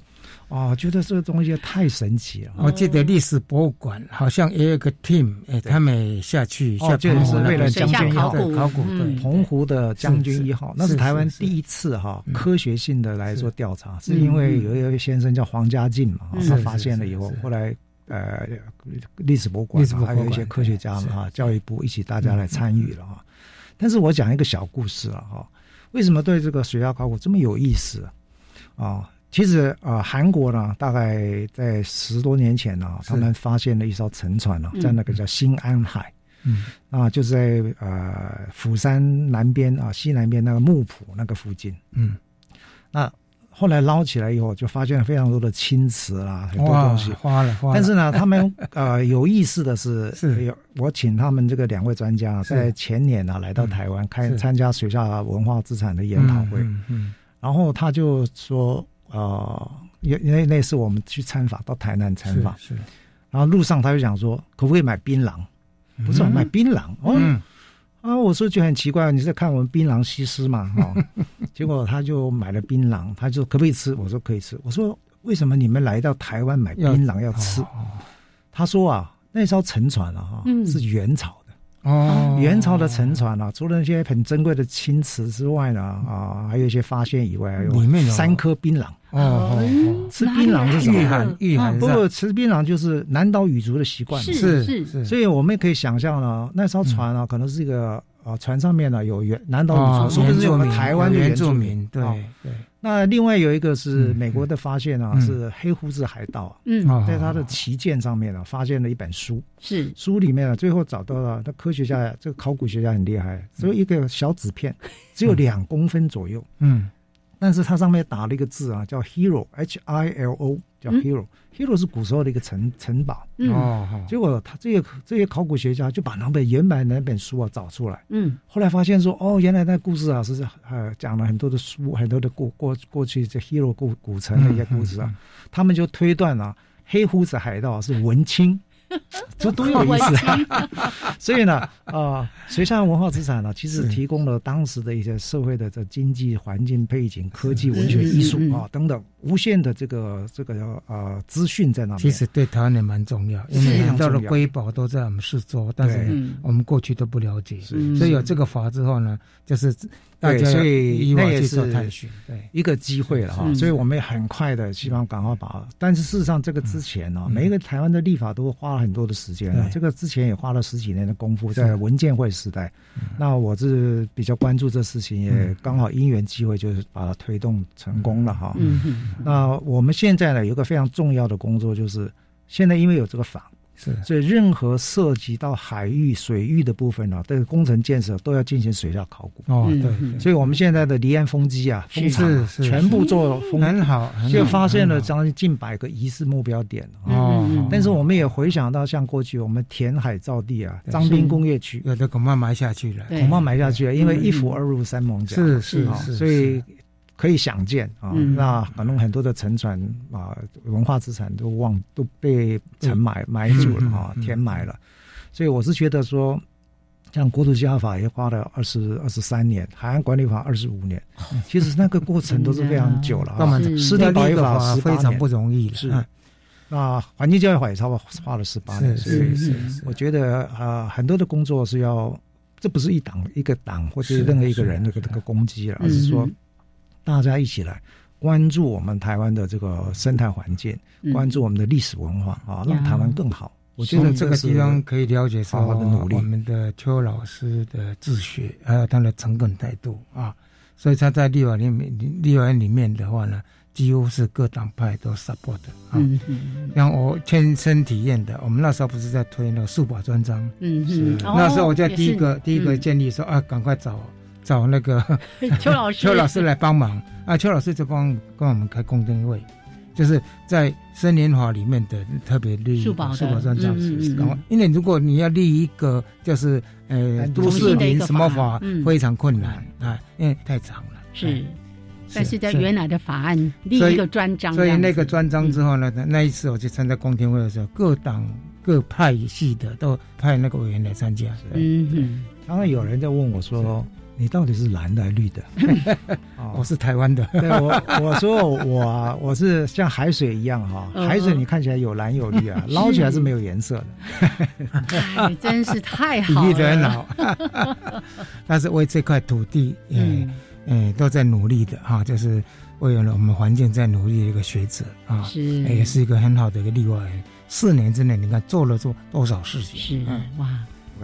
Speaker 7: 啊，觉得这个东西太神奇了。
Speaker 3: 我记得历史博物馆好像也有个 team，哎，他们也下去
Speaker 7: 哦
Speaker 3: 下
Speaker 7: 这也
Speaker 3: 澎湖
Speaker 7: 是
Speaker 3: 那
Speaker 7: 为了
Speaker 3: 边
Speaker 7: 将军
Speaker 3: 考
Speaker 7: 考
Speaker 2: 古
Speaker 3: 考古，
Speaker 2: 嗯
Speaker 3: 对，
Speaker 7: 澎湖的将
Speaker 3: 是
Speaker 7: 军
Speaker 3: 是
Speaker 7: 一号，那是
Speaker 3: 是
Speaker 7: 台湾
Speaker 3: 是是
Speaker 7: 第一次哈
Speaker 3: 嗯
Speaker 7: 科学性的来做调查，
Speaker 3: 是嗯
Speaker 7: 是因为有一位先生叫黄家进嘛，
Speaker 2: 嗯
Speaker 3: 是
Speaker 7: 他发
Speaker 3: 是
Speaker 7: 现了
Speaker 3: 是
Speaker 7: 以后
Speaker 3: 是，
Speaker 7: 后来呃历史博物馆啊
Speaker 3: 历史博物
Speaker 7: 还有一些
Speaker 3: 馆
Speaker 7: 科学家们
Speaker 3: 对嗯
Speaker 7: 啊，教育部一起大家来参与了哈。但是我讲一个小故事了哈，为什么对这个水下考古这么有意思啊？其实呃，韩国呢，大概在十多年前呢，
Speaker 3: 是
Speaker 7: 他们发现了一艘沉船呢，在那个叫新安海。
Speaker 3: 嗯，
Speaker 7: 啊，就是在呃釜山南边啊西南边那个木浦那个附近。
Speaker 3: 嗯，
Speaker 7: 那后来捞起来以后，就发现了非常多的青瓷啦，很多
Speaker 3: 哇
Speaker 7: 东西，。
Speaker 3: 花了花了，
Speaker 7: 但是呢，他们 *laughs* 呃有意思的是，
Speaker 3: 是
Speaker 7: 有我请他们这个两位专家啊
Speaker 3: 是嗯
Speaker 7: 在前年呢、来到台湾开
Speaker 3: 是
Speaker 7: 参加水下文化资产的研讨会，
Speaker 3: 嗯嗯
Speaker 7: 然后他就说，呃，因因为那次我们去参访到台南参访
Speaker 3: 嗯，，是是
Speaker 7: 然后路上他就讲说，可不可以买槟榔？不是、买槟榔哦，
Speaker 3: 嗯
Speaker 7: 啊，我说就很奇怪，你是在看我们槟榔西施嘛？
Speaker 3: *laughs*
Speaker 7: 哈、结果他就买了槟榔，他就可不可以吃？我说可以吃。我说为什么你们来到台湾买槟榔要
Speaker 3: 哦
Speaker 7: 吃？他说啊，那艘沉船啊，哈、
Speaker 2: 嗯
Speaker 7: 是元朝的。
Speaker 3: 哦，
Speaker 7: 元朝的沉船啊，除了那些很珍贵的青瓷之外呢，啊，还有一些发现以外，还
Speaker 3: 里面有
Speaker 7: 三颗槟榔。
Speaker 3: 哦哦
Speaker 2: 嗯
Speaker 3: 哦，
Speaker 7: 吃槟榔是什
Speaker 3: 御
Speaker 7: 么？
Speaker 3: 寒御寒
Speaker 7: 不
Speaker 3: 上
Speaker 7: 过吃槟榔就是南岛语族的习惯嘛。
Speaker 3: 哦是
Speaker 2: 是
Speaker 3: 是，
Speaker 7: 所以我们也可以想象呢，那艘船
Speaker 3: 嗯
Speaker 7: 啊，可能是一个呃船上面呢啊有原南岛
Speaker 3: 哦
Speaker 7: 语族，说不定有个台湾的
Speaker 3: 原
Speaker 7: 住
Speaker 3: 住民，哦对
Speaker 7: 啊
Speaker 3: 对，
Speaker 7: 那另外有一个是
Speaker 3: 嗯
Speaker 7: 美国的发现啊，
Speaker 3: 嗯
Speaker 7: 是黑胡子海盗啊，
Speaker 3: 哦
Speaker 2: 嗯
Speaker 7: 在他的旗舰上面呢发现了一本书，
Speaker 2: 是
Speaker 7: 书里面啊最后找到了，那科学家这个考古学家很厉
Speaker 3: 嗯
Speaker 7: 害，只有一个小纸片，只有两公分左右，
Speaker 3: 嗯
Speaker 7: 但是它上面打了一个字啊，叫 hero，H I L O，叫
Speaker 2: 嗯
Speaker 7: hero，hero 是古时候的一个城城堡。
Speaker 2: 嗯
Speaker 3: 哦哦
Speaker 7: 结果他这些这些考古学家就把那本原版的那本书啊找出来，
Speaker 2: 嗯
Speaker 7: 后来发现说，哦，原来那故事啊是呃讲了很多的书，很多的过过过去这 hero 古古城的一些故事啊，他们就推断啊，黑胡子海盗是文青， *laughs* 这多有意思啊！ *laughs* 所以呢，啊、呃，水上文化资产呢，其实提供了当时的一些社会的这经济环境背景、科技、文学、艺术
Speaker 3: 嗯嗯嗯
Speaker 7: 啊等等无限的这个这个呃资讯在那
Speaker 3: 其
Speaker 7: 边。
Speaker 3: 实对台湾也蛮重要，因为
Speaker 7: 非
Speaker 3: 很
Speaker 7: 常
Speaker 3: 多的
Speaker 7: 重要
Speaker 3: 瑰宝都在我们四周，但
Speaker 7: 对
Speaker 3: 是
Speaker 7: 嗯
Speaker 3: 我们过去都不了解，
Speaker 7: 是
Speaker 3: 所以有这个法之后呢，就是大
Speaker 7: 对，
Speaker 3: 家
Speaker 7: 所
Speaker 3: 以
Speaker 7: 以
Speaker 3: 我
Speaker 7: 那也
Speaker 3: 去
Speaker 7: 是
Speaker 3: 做探寻，对，
Speaker 7: 一个机会了哈。
Speaker 3: 是
Speaker 7: 所以我们也很快的希望赶快把，但是事实上这个之前呢，每一个台湾的立法都花了很多的时间了
Speaker 3: 嗯对，
Speaker 7: 这个之前也花了十几年的功夫，
Speaker 3: 是
Speaker 7: 在文建会时代。那我是比较关注这事情，也
Speaker 3: 嗯
Speaker 7: 刚好因缘机会，就是把它推动成功了哈。
Speaker 3: 嗯
Speaker 7: 那我们现在呢，有一个非常重要的工作，就是现在因为有这个法，
Speaker 3: 是
Speaker 7: 所以任何涉及到海域、水域的部分呢、这个工程建设都要进行水下考古。
Speaker 3: 哦嗯对对
Speaker 7: 所以我们现在的离岸风机啊、
Speaker 3: 是
Speaker 7: 风场啊
Speaker 3: 是是
Speaker 7: 全部做风，
Speaker 3: 很好很好
Speaker 7: 就发现了
Speaker 3: 很好
Speaker 7: 将近近百个疑似目标点
Speaker 3: 哦嗯嗯嗯嗯
Speaker 7: 但是我们也回想到，像过去我们填海造地啊，
Speaker 3: 对
Speaker 7: 张滨工业区
Speaker 3: 有的恐怕埋下去了，
Speaker 2: 嗯
Speaker 7: 恐怕埋下去啊了，因为一府二入三艋
Speaker 3: 嗯
Speaker 7: 甲，
Speaker 3: 是是
Speaker 7: 啊
Speaker 3: 是
Speaker 7: 所以可以想见啊，
Speaker 3: 嗯
Speaker 7: 那可能很多的沉船啊，文化资产都忘都被沉埋埋住
Speaker 3: 嗯
Speaker 7: 了啊，填埋了，所以我是觉得说。像国土计划法也花了二十二十三年，海岸管理法二十五年，
Speaker 3: 哦
Speaker 7: 其实那个过程都是非常久
Speaker 3: *laughs*
Speaker 7: 了
Speaker 3: 那
Speaker 7: 啊
Speaker 3: 么。
Speaker 7: 湿地保育法
Speaker 3: 法
Speaker 7: 十八
Speaker 3: 非常
Speaker 7: 年
Speaker 3: 不容易了，
Speaker 7: 嗯是
Speaker 3: 嗯
Speaker 7: 那环境教育法也差不多花了十八年，
Speaker 3: 是
Speaker 7: 所以
Speaker 3: 是是是
Speaker 7: 我觉得呃，很多的工作是要，这不是一党一个党或者
Speaker 3: 是
Speaker 7: 任何一个
Speaker 3: 是
Speaker 7: 人的这个攻击啊了，而
Speaker 3: 嗯
Speaker 7: 是说
Speaker 3: 嗯
Speaker 7: 大家一起来关注我们台湾的这个生态环境，
Speaker 3: 嗯
Speaker 7: 关注我们的历史文化啊，让
Speaker 3: 呀
Speaker 7: 台湾更好。我觉得
Speaker 3: 从这个
Speaker 7: 个是
Speaker 3: 地方可以了解说
Speaker 7: 好好的努力
Speaker 3: 我。们的邱老师的自学，还有他的诚恳态度啊，所以他在立法里面，立法院里面的话呢，几乎是各党派都 support 的啊。
Speaker 2: 嗯
Speaker 3: 让我亲身体验的，我们那时候不是在推那个数法专章，
Speaker 2: 嗯
Speaker 3: 是
Speaker 2: 嗯哦
Speaker 3: 那时候我在第一个
Speaker 2: 也是
Speaker 3: 第一个
Speaker 2: 嗯
Speaker 3: 建议说啊，赶快找找那个
Speaker 2: 邱
Speaker 3: *laughs*
Speaker 2: 老师
Speaker 3: 邱老师来帮忙啊，邱老师就帮跟我们开公证会，就是在森林法里面的特别立
Speaker 2: 树保的
Speaker 3: 树保专章，
Speaker 2: 嗯嗯嗯
Speaker 3: 然后因为如果你要立一个就是呃
Speaker 2: 单独
Speaker 3: 都市
Speaker 2: 新的一
Speaker 3: 林
Speaker 2: 个
Speaker 3: 什么
Speaker 2: 法
Speaker 3: 法
Speaker 2: 嗯
Speaker 3: 非常困难啊，因为太长了，
Speaker 2: 是，但是在
Speaker 3: 是
Speaker 2: 原来的法案立
Speaker 3: 所以
Speaker 2: 一个专章这
Speaker 3: 所以
Speaker 2: 样子，嗯
Speaker 3: 那个专章之后呢，那一次我去参加公听会的时候，各党各派系的都派那个委员来参加。
Speaker 2: 嗯嗯，
Speaker 7: 当然有人在问我说：“你到底是蓝的还是
Speaker 3: *laughs*
Speaker 7: 绿的？”啊
Speaker 3: 我是台湾的，
Speaker 7: 对我我说我啊我是像海水一样哈、
Speaker 2: 嗯
Speaker 7: 海水你看起来有蓝有绿啊，
Speaker 2: 是
Speaker 7: 捞起来是没有颜色的。
Speaker 2: 哎，真是太 *laughs*
Speaker 3: 比
Speaker 2: 好
Speaker 3: 喻得很
Speaker 2: 了
Speaker 3: 好，但是为这块土地，嗯嗯，都在努力的哈、就是为了我们环境在努力的一个学者啊，
Speaker 2: 是
Speaker 3: 也是一个很好的一个例外。四年之内，你看做了做多少事情？
Speaker 2: 是
Speaker 3: 嗯
Speaker 2: 哇。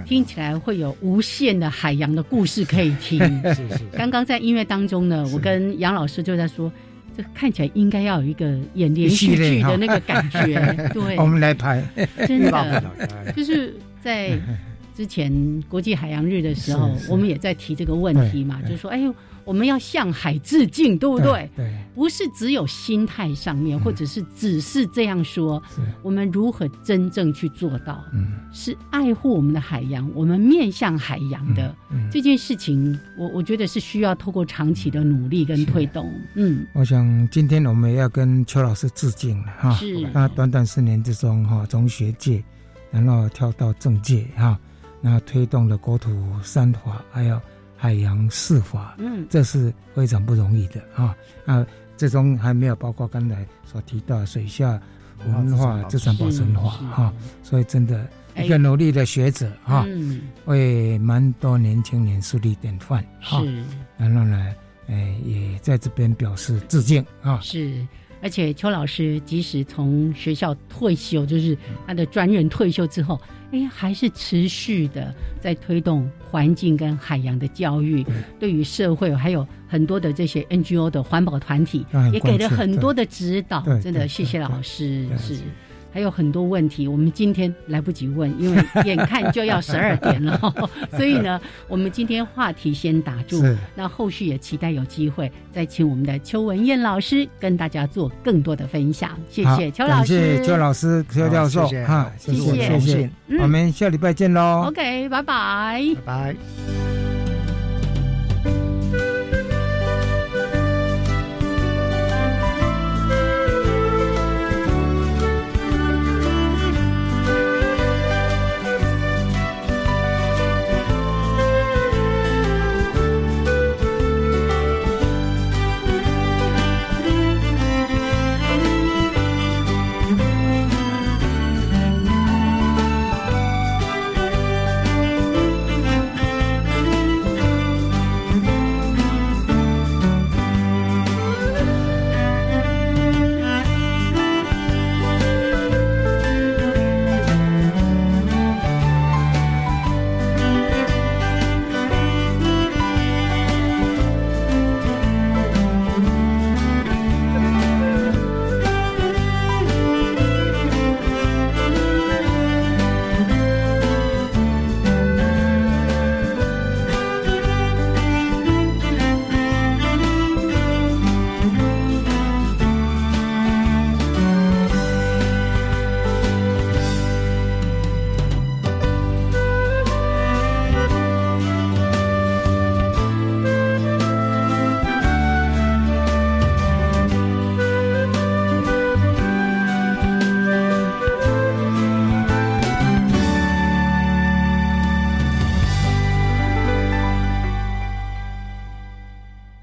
Speaker 2: 听起来会有无限的海洋的故事可以听。
Speaker 3: *laughs* 是是。
Speaker 2: 刚刚在音乐当中呢，我跟杨老师就在说，这看起来应该要有一个演连续剧的那个感觉
Speaker 3: *laughs*
Speaker 2: 对，
Speaker 3: 我们来拍，
Speaker 2: 真
Speaker 7: 哎
Speaker 2: 的就是在
Speaker 3: *laughs*
Speaker 2: 之前国际海洋日的时候
Speaker 3: 是，是
Speaker 2: 我们也在提这个问题嘛，
Speaker 3: 对
Speaker 2: 就是说，哎呦，我们要向海致敬，对不对？
Speaker 3: 对，
Speaker 2: 不是只有心态上
Speaker 3: 嗯
Speaker 2: 面，或者是只是这样说，我们如何真正去做到？
Speaker 3: 嗯，
Speaker 2: 是爱护我们的海洋，我们面向海洋的、
Speaker 3: 嗯嗯
Speaker 2: 这件事情，我我觉得是需要透过长期的努力跟推动。嗯，
Speaker 3: 我想今天我们也要跟邱老师致敬了哈。
Speaker 2: 是
Speaker 3: 他短短四年之中哈，从学界，然后跳到政界哈，然后推动了国土三法，还有海洋四法，
Speaker 2: 嗯
Speaker 3: 这是非常不容易的啊啊！这中还没有包括刚才所提到的水下文化资产保存法
Speaker 2: 啊是嗯是
Speaker 3: 哈，所以真的
Speaker 2: 哎
Speaker 3: 一个努力的学者哈，
Speaker 2: 嗯
Speaker 3: 为蛮多年轻人树立典范哈
Speaker 2: 是。
Speaker 3: 然后呢，哎，也在这边表示致敬啊。
Speaker 2: 是，而且邱老师即使从学校退休，就是他的专任退休之后，
Speaker 11: 嗯
Speaker 2: 哎，还是持续的在推动环境跟海洋的教育，对于社会还有很多的这些 NGO 的环保团体
Speaker 11: 那很，
Speaker 2: 也给
Speaker 11: 哎关
Speaker 2: 了
Speaker 11: 切
Speaker 2: 很
Speaker 11: 对
Speaker 2: 多的指导
Speaker 11: 对。
Speaker 2: 真
Speaker 11: 对
Speaker 2: 的，谢谢老师
Speaker 11: 对，
Speaker 2: 是。还有很多问题，我们今天来不及问，因为 *laughs* 眼看就要十二点了， *laughs* 所以呢，我们今天话题先打住
Speaker 11: 是。
Speaker 2: 那后续也期待有机会再请我们的邱文燕老师跟大家做更多的分享。谢
Speaker 3: 好
Speaker 2: 谢邱老
Speaker 3: 感
Speaker 2: 师，
Speaker 3: 谢邱老师、邱教授哈，
Speaker 2: 谢
Speaker 3: 谢
Speaker 2: 谢，嗯
Speaker 3: 谢，我们下礼拜见喽。
Speaker 2: OK，拜拜，
Speaker 7: 拜拜。